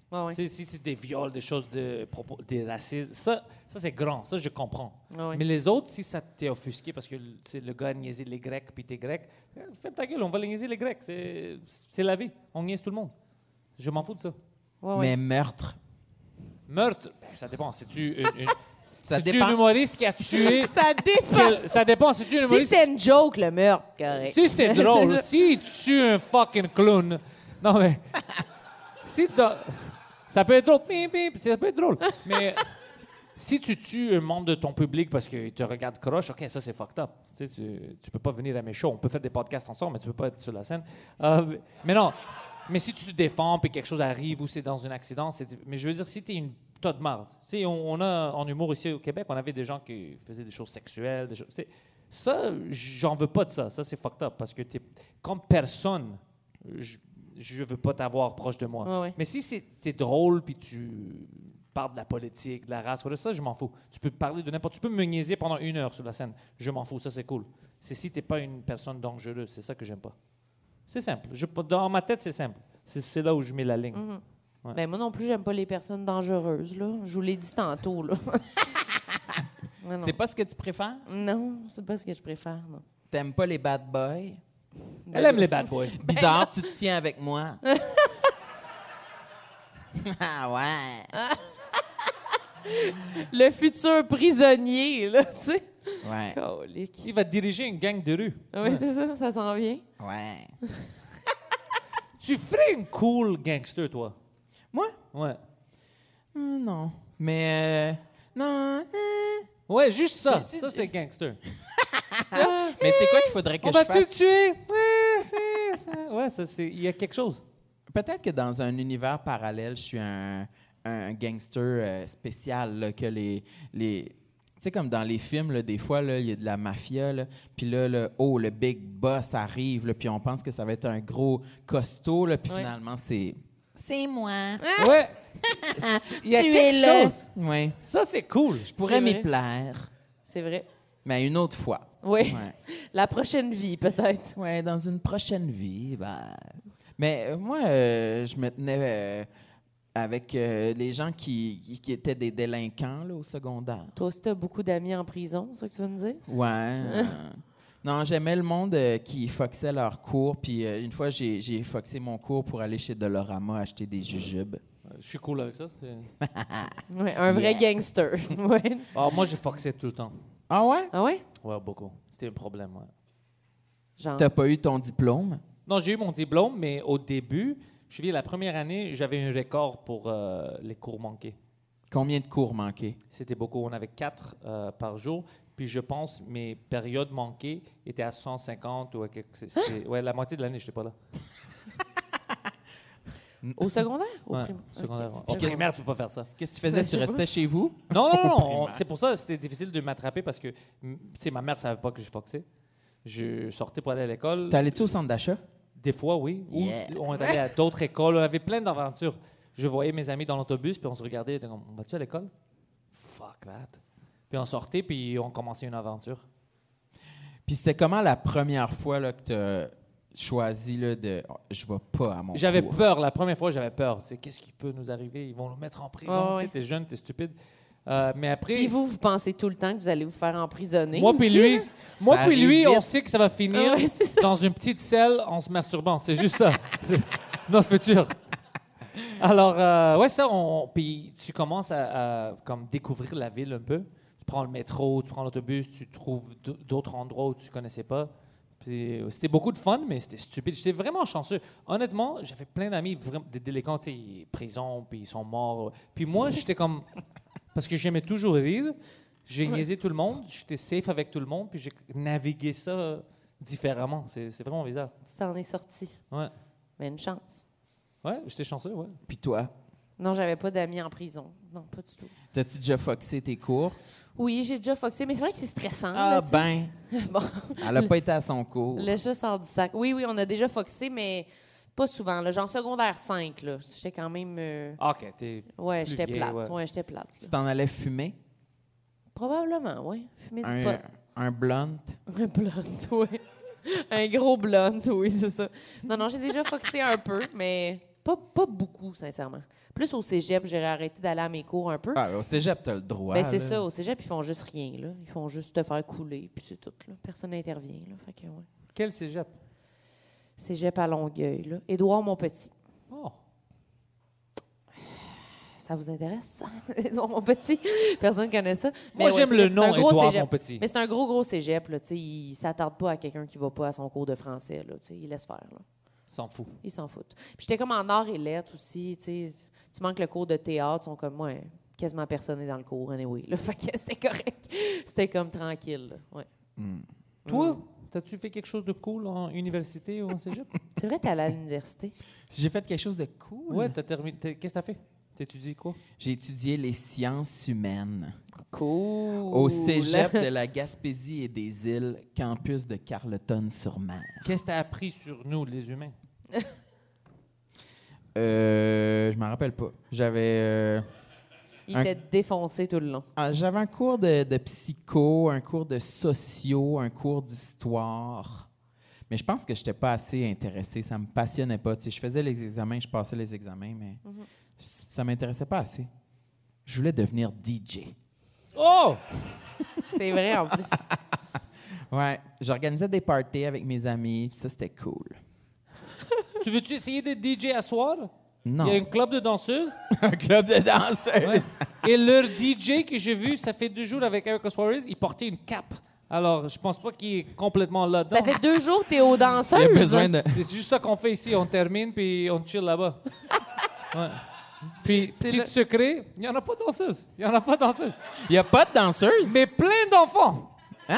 Speaker 3: Ouais, ouais.
Speaker 2: Tu sais, Si c'est des viols, des choses de propos, des racistes, ça, ça c'est grand. Ça, je comprends.
Speaker 3: Ouais, ouais.
Speaker 2: Mais les autres, si ça t'est offusqué parce que tu sais, le gars a niaisé les Grecs, puis t'es grec, euh, fais ta gueule, on va les niaiser les Grecs. C'est c'est la vie. On niaise tout le monde. Je m'en fous de ça.
Speaker 3: Ouais,
Speaker 2: Ah
Speaker 3: ouais.
Speaker 4: Mais meurtre.
Speaker 2: Meurtre, ben, ça dépend. C'est-tu une, une-
Speaker 4: Ça
Speaker 2: c'est-tu
Speaker 4: dépend.
Speaker 2: une humoriste qui a tué.
Speaker 3: Ça dépend.
Speaker 2: quel- ça dépend. C'est-tu une
Speaker 3: Si
Speaker 2: humoriste.
Speaker 3: c'est une joke, le meurtre, correct.
Speaker 2: Si c'était drôle,
Speaker 3: C'est
Speaker 2: si
Speaker 3: ça.
Speaker 2: tu un fucking clown. Non, mais. si t'as- ça peut être drôle. Bim, bim, ça peut être drôle. Mais si tu tues un membre de ton public parce qu'il te regarde croche, OK, ça c'est fucked up. Tu, sais, tu, tu peux pas venir à mes shows. On peut faire des podcasts ensemble, mais tu peux pas être sur la scène. Euh, mais non. Mais si tu te défends puis quelque chose arrive ou c'est dans un accident, c'est. diff- Mais je veux dire, si t'es une. T'as de marde. Tu sais, on, on a en humour ici au Québec, on avait des gens qui faisaient des choses sexuelles, des choses. tu sais. Ça, j'en veux pas de ça. Ça, c'est fucked up parce que t'es, comme personne, je, je veux pas t'avoir proche de moi.
Speaker 3: Ouais, ouais.
Speaker 2: Mais si c'est c'est drôle puis tu parles de la politique, de la race, ou de ça, je m'en fous. Tu peux parler de n'importe. Tu peux me niaiser pendant une heure sur la scène. Je m'en fous. Ça, c'est cool. C'est si t'es pas une personne dangereuse. C'est ça que j'aime pas. C'est simple. Je- dans ma tête, c'est simple. C'est- C'est là où je mets la ligne. Ouais.
Speaker 3: Ben, moi non plus, j'aime pas les personnes dangereuses, là. Je vous l'ai dit tantôt, là. Ouais, non.
Speaker 4: C'est pas ce que tu préfères?
Speaker 3: Non, c'est pas ce que je préfère, non.
Speaker 4: T'aimes pas les bad boys?
Speaker 2: Elle aime les bad boys.
Speaker 4: Bizarre, tu te tiens avec moi. ah ouais.
Speaker 3: Le futur prisonnier, là, tu sais.
Speaker 4: Ouais.
Speaker 3: Colique.
Speaker 2: Il va diriger une gang de rue.
Speaker 3: Oui, c'est ça, ça s'en vient.
Speaker 4: Ouais.
Speaker 2: Tu ferais une cool gangster, toi.
Speaker 4: Moi?
Speaker 2: Ouais.
Speaker 4: Hum, non. Mais. euh, non. euh.
Speaker 2: Ouais, juste ça.
Speaker 4: C'est- c'est-
Speaker 2: Ça, c'est gangster.
Speaker 4: Mais c'est quoi qu'il faudrait que
Speaker 2: On
Speaker 4: je
Speaker 2: va-tu le
Speaker 4: fasse?
Speaker 2: tuer? Ouais, c'est- Ouais, ça, c'est... Il y a quelque chose.
Speaker 4: Peut-être que dans un univers parallèle, je suis un, un gangster euh, spécial, là, que les. les tu sais, comme dans les films, là, des fois, là, il y a de la mafia, là, puis là, le oh, le big boss arrive, là, puis on pense que ça va être un gros costaud, là, puis
Speaker 3: Ouais.
Speaker 4: finalement, c'est... C'est moi.
Speaker 2: Ouais. Il y a
Speaker 4: Tu
Speaker 2: quelque
Speaker 4: es là.
Speaker 2: chose.
Speaker 4: Ouais.
Speaker 2: Ça, c'est cool.
Speaker 4: Je pourrais m'y
Speaker 3: vrai.
Speaker 4: plaire,
Speaker 3: C'est vrai.
Speaker 4: mais une autre fois.
Speaker 3: Oui.
Speaker 4: Ouais.
Speaker 3: La prochaine vie, peut-être.
Speaker 4: Ouais, dans une prochaine vie, ben. Mais euh, moi, euh, je me tenais euh, avec euh, les gens qui, qui- qui étaient des délinquants là, au secondaire.
Speaker 3: Toi aussi, t'as beaucoup d'amis en prison, c'est ça que tu veux nous dire?
Speaker 4: Ouais. euh, non, j'aimais le monde euh, qui foxait leur cours. Puis euh, une fois, j'ai, j'ai foxé mon cours pour aller chez Dolorama acheter des jujubes.
Speaker 2: Je suis cool avec ça. c'est-
Speaker 3: Ouais, un vrai gangster. ouais.
Speaker 2: Ah, moi, j'ai foxé tout le temps.
Speaker 4: Ah ouais?
Speaker 3: Ah ouais?
Speaker 2: Ouais, beaucoup. C'était un problème, ouais.
Speaker 3: Genre.
Speaker 4: T'as pas eu ton diplôme?
Speaker 2: Non, j'ai eu mon diplôme, mais au début, je suis la première année, j'avais un record pour euh, les cours manqués.
Speaker 4: Combien de cours manqués?
Speaker 2: C'était beaucoup. On avait quatre euh, par jour. Puis je pense mes périodes manquées étaient à 150 ou à quelque c'est- c'est- Ouais, la moitié de l'année, je n'étais pas là.
Speaker 3: Au secondaire? Au
Speaker 2: Ouais,
Speaker 3: primaire?
Speaker 2: secondaire.
Speaker 3: Ok.
Speaker 2: ouais. Au primaire, tu peux pas faire ça.
Speaker 4: Qu'est-ce que tu faisais? Tu restais chez vous?
Speaker 2: Non, non, non. on-
Speaker 4: primaire.
Speaker 2: C'est pour ça que c'était difficile de m'attraper parce que, m- tu sais, ma mère savait pas que je foxais. Je sortais pour aller à l'école.
Speaker 4: T'allais-tu au centre d'achat?
Speaker 2: Des fois, oui. Ou
Speaker 4: Yeah.
Speaker 2: on est allé à d'autres écoles. On avait plein d'aventures. Je voyais mes amis dans l'autobus, puis on se regardait. On était comme, on va-tu à l'école? Fuck that. Puis on sortait, puis on commençait une aventure.
Speaker 4: Puis c'était comment la première fois là, que tu as choisi là, de oh, je vais pas à mon
Speaker 2: J'avais
Speaker 4: cours.
Speaker 2: peur. La première fois, j'avais peur. Tu sais, Qu'est-ce qui peut nous arriver? Ils vont nous mettre en prison.
Speaker 3: Ah ouais.
Speaker 2: Tu sais, T'es jeune, t'es stupide. Euh, mais après...
Speaker 3: Puis vous, vous pensez tout le temps que vous allez vous faire emprisonner.
Speaker 2: Moi puis
Speaker 3: aussi,
Speaker 2: lui,
Speaker 3: là?
Speaker 2: moi
Speaker 4: Ça
Speaker 2: puis lui,
Speaker 4: arrive
Speaker 2: on
Speaker 4: vite.
Speaker 2: sait que ça va finir
Speaker 3: Ah ouais, c'est ça.
Speaker 2: dans une petite selle en se masturbant. C'est juste ça. C'est Notre futur. Alors, euh, ouais, ça, on, puis tu commences à, à, comme découvrir la ville un peu. Tu prends le métro, tu prends l'autobus, tu trouves d- d'autres endroits où tu connaissais pas. Puis, euh, C'était beaucoup de fun, mais c'était stupide. J'étais vraiment chanceux. Honnêtement, j'avais plein d'amis, vraiment des délinquants, tu sais, prison, puis ils sont morts. Puis moi, j'étais comme. Parce que j'aimais toujours rire. J'ai niaisé tout le monde, j'étais safe avec tout le monde, puis j'ai navigué ça euh, différemment. C'est c'est vraiment bizarre.
Speaker 3: Tu t'en es sorti.
Speaker 2: Ouais,
Speaker 3: Mais une chance.
Speaker 2: ouais j'étais chanceux, ouais.
Speaker 4: Puis toi,
Speaker 3: Non, j'avais pas d'amis en prison. Non, pas du tout.
Speaker 4: t'as-tu déjà foxé tes cours?
Speaker 3: Oui, j'ai déjà foxé, mais c'est vrai que c'est stressant.
Speaker 4: Ah
Speaker 3: là, tu sais.
Speaker 4: ben,
Speaker 3: Bon,
Speaker 4: elle a pas été à son cours.
Speaker 3: le chat sort du sac. Oui, oui, on a déjà foxé, mais pas souvent. Là. Genre secondaire 5, là. J'étais quand même... euh,
Speaker 2: Ah, OK, t'es...
Speaker 3: Ouais,
Speaker 2: Plus
Speaker 3: j'étais
Speaker 2: vieille,
Speaker 3: plate.
Speaker 2: ouais.
Speaker 3: Ouais, j'étais plate. là.
Speaker 4: Tu t'en allais fumer
Speaker 3: Probablement, oui. Fumer du
Speaker 4: un,
Speaker 3: pot.
Speaker 4: un blunt.
Speaker 3: Un blunt, oui. Un gros blunt, oui, c'est ça. Non, non, j'ai déjà foxé un peu, mais pas, pas beaucoup, sincèrement. Plus au cégep, j'ai arrêté d'aller à mes cours un peu.
Speaker 4: Ah, au cégep, t'as le droit.
Speaker 3: Ben, c'est
Speaker 4: là.
Speaker 3: ça, au cégep, ils font juste rien, là. Ils font juste te faire couler, puis c'est tout, là. Personne n'intervient, là. Fait que, ouais.
Speaker 2: Quel cégep?
Speaker 3: Cégep à Longueuil, là. Édouard Monpetit.
Speaker 2: Oh,
Speaker 3: Ça vous intéresse, ça? Édouard Monpetit? Personne connaît ça. Mais
Speaker 2: Moi, j'aime
Speaker 3: c'est-
Speaker 2: le
Speaker 3: c'est un
Speaker 2: nom,
Speaker 3: gros
Speaker 2: Édouard
Speaker 3: cégep.
Speaker 2: Monpetit.
Speaker 3: Mais c'est un gros, gros cégep, là. Tu sais, il s'attarde pas à quelqu'un qui va pas à son cours de français, là. Tu sais, il laisse faire, là.
Speaker 2: s'en fout.
Speaker 3: Ils s'en foutent. Puis j'étais comme en arts et lettres aussi, tu sais. Tu manques le cours de théâtre, ils sont comme moi, quasiment personne n'est dans le cours, anyway. Là, fait que c'était correct. C'était comme tranquille, là. ouais.
Speaker 2: Toi, t'as-tu fait quelque chose de cool en université ou en cégep?
Speaker 3: C'est vrai, t'es allé à l'université.
Speaker 4: Si J'ai fait quelque chose de cool.
Speaker 2: ouais, t'as terminé... t'as- Qu'est-ce que t'as fait? T'étudies quoi?
Speaker 4: J'ai étudié les sciences humaines
Speaker 3: Cool.
Speaker 4: au cégep de la Gaspésie et des îles, campus de Carleton-sur-Mer.
Speaker 2: Qu'est-ce que t'as appris sur nous, les humains?
Speaker 4: Euh, je m'en rappelle pas. J'avais. euh,
Speaker 3: Il
Speaker 4: Un-
Speaker 3: était défoncé tout le long.
Speaker 4: Ah, J'avais un cours de, de psycho, un cours de sociaux, un cours d'histoire. Mais je pense que je n'étais pas assez intéressée. Ça me passionnait pas. Tu sais, je faisais les examens, je passais les examens, mais c- ça m'intéressait pas assez. Je voulais devenir DJ.
Speaker 2: Oh!
Speaker 3: C'est vrai, en plus.
Speaker 4: Ouais, j'organisais des parties avec mes amis, puis ça c'était cool.
Speaker 2: Tu veux-tu essayer de DJ à soir?
Speaker 4: Non,
Speaker 2: Il y a un club de danseuses.
Speaker 4: un club de danseurs.
Speaker 2: Ouais. Et leur DJ que j'ai vu, ça fait deux jours avec Eric Suarez, il portait une cape. Alors, je pense pas qu'il est complètement là-dedans.
Speaker 3: Ça fait deux jours que t'es aux
Speaker 4: Il y a
Speaker 3: danseuses.
Speaker 4: besoin de.
Speaker 2: C'est juste ça qu'on fait ici. On termine, puis on chill là-bas. Ouais. Puis, petit
Speaker 3: le-
Speaker 2: secret, il n'y en a pas de danseuse. Il n'y en a pas de danseuse.
Speaker 4: Il y a pas de danseuse.
Speaker 2: Mais plein d'enfants.
Speaker 4: Hein?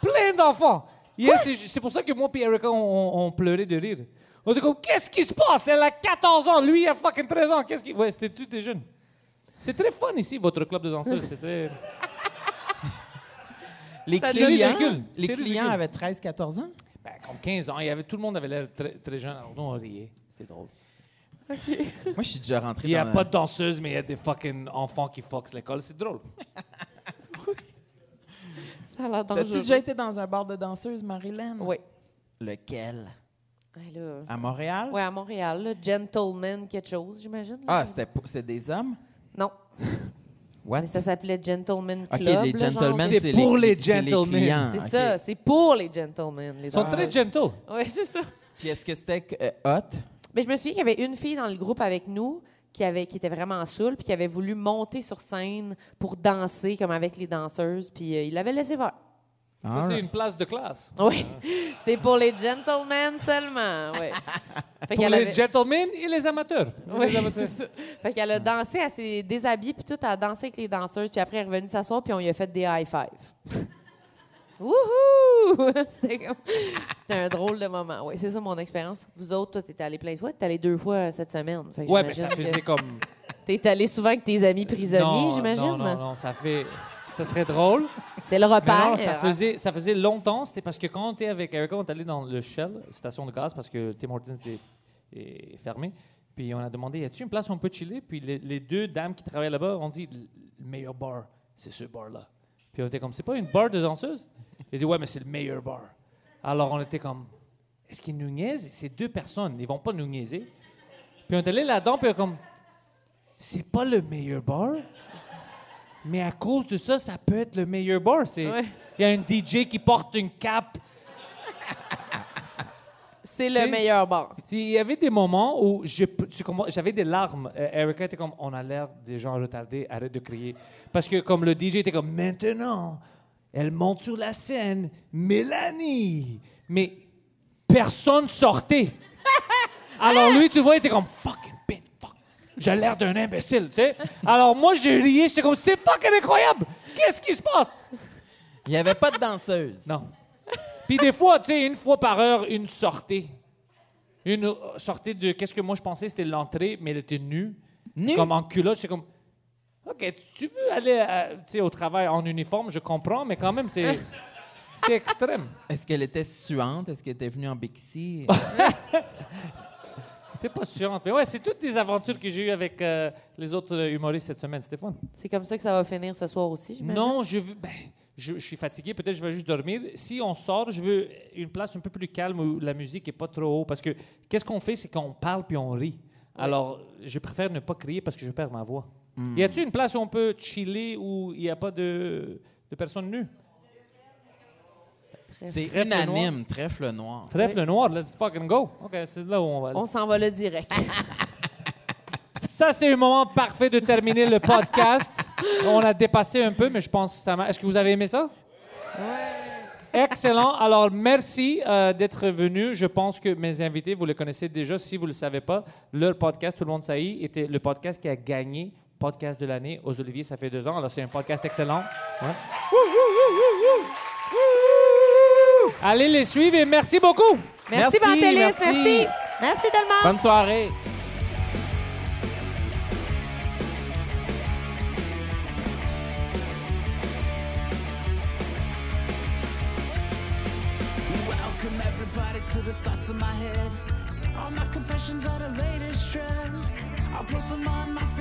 Speaker 2: Plein d'enfants. Hier, c'est ju- c'est pour ça que moi et Erika, on, on- on pleurait de rire. On était comme, qu'est-ce qui se passe? Elle a 14 ans, lui, il a fucking 13 ans. Qu'est-ce qui... Ouais, c'était-tu des jeunes? C'est très fun ici, votre club de danseuses. C'est très...
Speaker 4: Les
Speaker 2: Ça
Speaker 4: clients,
Speaker 2: ridicule.
Speaker 4: les
Speaker 2: C'est
Speaker 4: clients
Speaker 2: ridicule.
Speaker 4: avaient 13-14 ans.
Speaker 2: Ben, comme 15 ans, il y avait, tout le monde avait l'air très, très jeune. Alors, nous, on riait. C'est drôle.
Speaker 4: Moi, je suis déjà rentré
Speaker 2: Il n'y a
Speaker 4: dans
Speaker 2: pas de danseuse, mais il y a des fucking enfants qui foxent l'école. C'est drôle.
Speaker 3: Ça a l'air
Speaker 4: T'as-tu
Speaker 3: dangereux.
Speaker 4: déjà été dans un bar de danseuses, Marilyn?
Speaker 3: Oui.
Speaker 4: Lequel?
Speaker 3: Ouais, là.
Speaker 4: À Montréal?
Speaker 3: Ah. Ouais, à Montréal, là, gentleman quelque chose, j'imagine. là.
Speaker 4: Ah, c'était, pou- c'était des hommes?
Speaker 3: Non,
Speaker 4: What?
Speaker 3: mais ça s'appelait Gentleman
Speaker 4: OK,
Speaker 3: Club. là,
Speaker 4: les
Speaker 3: genre.
Speaker 4: gentlemen,
Speaker 2: C'est
Speaker 4: c'est,
Speaker 2: pour les
Speaker 4: c'est
Speaker 2: gentlemen.
Speaker 4: clients.
Speaker 3: C'est
Speaker 4: OK.
Speaker 3: ça, c'est pour les gentlemen. Les
Speaker 2: Ils sont très gentle.
Speaker 3: Oui, c'est ça.
Speaker 4: Puis est-ce que c'était euh, hot?
Speaker 3: Mais je me souviens qu'il y avait une fille dans le groupe avec nous qui, avait, qui était vraiment saoule puis qui avait voulu monter sur scène pour danser comme avec les danseuses, puis euh, il l'avait laissé faire.
Speaker 2: Ça, c'est
Speaker 4: Alright.
Speaker 2: une place de classe.
Speaker 3: Oui,
Speaker 4: Ah.
Speaker 3: c'est pour les gentlemen seulement, oui. Fait
Speaker 2: Pour
Speaker 3: qu'elle
Speaker 2: les
Speaker 3: avait-
Speaker 2: gentlemen et les amateurs.
Speaker 3: Oui,
Speaker 2: Les amateurs.
Speaker 3: c'est ça. Fait qu'elle
Speaker 2: Ah.
Speaker 3: a dansé, elle s'est déshabillée, puis tout, elle a dansé avec les danseuses, puis après, elle est revenue s'asseoir, puis on lui a fait des high-fives. Wouhou! C'était comme- c'était un drôle de moment. Oui, c'est ça mon expérience. Vous autres, toi, t'es allé plein de fois, t'es allé deux fois euh, cette semaine. Fait que
Speaker 2: Ouais, mais ça
Speaker 3: j'imagine que
Speaker 2: faisait comme.
Speaker 3: T'es allé souvent avec tes amis prisonniers,
Speaker 2: Non, Non, non,
Speaker 3: j'imagine?
Speaker 2: non, ça fait. Ça serait drôle.
Speaker 3: C'est le
Speaker 2: Mais
Speaker 3: repas.
Speaker 2: non, ça faisait, ça faisait longtemps. C'était parce que quand on était avec Erica, on est allé dans le Shell, station de gaz, parce que Tim Hortons était est fermé. Puis on a demandé y a-t-il une place où on peut chiller Puis les, les deux dames qui travaillaient là-bas ont dit le meilleur bar, c'est ce bar-là. Puis on était comme c'est pas une bar de danseuse Ils dit ouais, mais c'est le meilleur bar. Alors on était comme est-ce qu'ils nous niaisent C'est deux personnes, ils vont pas nous niaiser. Puis on est allé là-dedans, puis on est comme c'est pas le meilleur bar. Mais à cause de ça, ça peut être le meilleur bar. C'est- Il
Speaker 3: Ouais.
Speaker 2: y a un DJ qui porte une cape.
Speaker 3: Ah, C'est
Speaker 2: C'est-
Speaker 3: le meilleur bar.
Speaker 2: Tu sais, Il y avait des moments où je p- tu comprends, j'avais des larmes. Euh, Erica était comme, on a l'air des gens retardés, arrête de crier. Parce que comme le DJ était comme, maintenant, elle monte sur la scène, Mélanie. Mais personne sortait. Alors lui, tu vois, il était comme, fucking pin, fuck. J'ai l'air d'un imbécile, tu sais. Alors moi, j'ai rié, j'étais comme, c'est fucking incroyable. Qu'est-ce qui se passe?
Speaker 4: Il n'y avait pas de danseuse.
Speaker 2: Non. Puis des fois, tu sais, une fois par heure, une sortie. Une euh, sortie de. Qu'est-ce que moi je pensais, c'était l'entrée, mais elle était nue.
Speaker 4: Nue?
Speaker 2: Comme en culotte. J'étais comme. OK, tu veux aller à- tu sais, au travail en uniforme, je comprends, mais quand même, c'est. c'est extrême.
Speaker 4: Est-ce qu'elle était suante? Est-ce qu'elle était venue en bixi?
Speaker 2: T'es pas sûr. Mais ouais, c'est toutes des aventures que j'ai eues avec euh, les autres euh, humoristes cette semaine, Stéphane.
Speaker 3: C'est comme ça que ça va finir ce soir aussi, j'imagine?
Speaker 2: Non, je veux. ben, je, je suis fatigué, peut-être je vais juste dormir. Si on sort, je veux une place un peu plus calme où la musique est pas trop haut. Parce que qu'est-ce qu'on fait, c'est qu'on parle puis on rit. Alors, je préfère ne pas crier parce que je perds ma voix. Y a-t-il une place où on peut chiller où il n'y a pas de, de personnes nues?
Speaker 4: c'est
Speaker 2: Trèfle
Speaker 4: unanime, trèfle noir.
Speaker 2: Trèfle noir, let's fucking go. OK, c'est là où on va aller.
Speaker 3: On s'en va là direct.
Speaker 2: Ça, c'est le moment parfait de terminer le podcast. On a dépassé un peu, mais je pense que ça m'a... Est-ce que vous avez aimé ça? Excellent. Alors, merci euh, d'être venu. Je pense que mes invités, vous les connaissez déjà. Si vous ne le savez pas, leur podcast, Tout le monde saillit, était le podcast qui a gagné podcast de l'année aux Oliviers, ça fait deux ans. Alors, c'est un podcast excellent. Ouais. Allez les suivre et merci beaucoup.
Speaker 3: Merci,
Speaker 4: Merci,
Speaker 3: Bantelis, merci.
Speaker 4: merci.
Speaker 3: merci. tellement.
Speaker 4: Bonne soirée!
Speaker 1: Welcome everybody to the thoughts in my head. All my confessions are the latest trend. I'll post them on my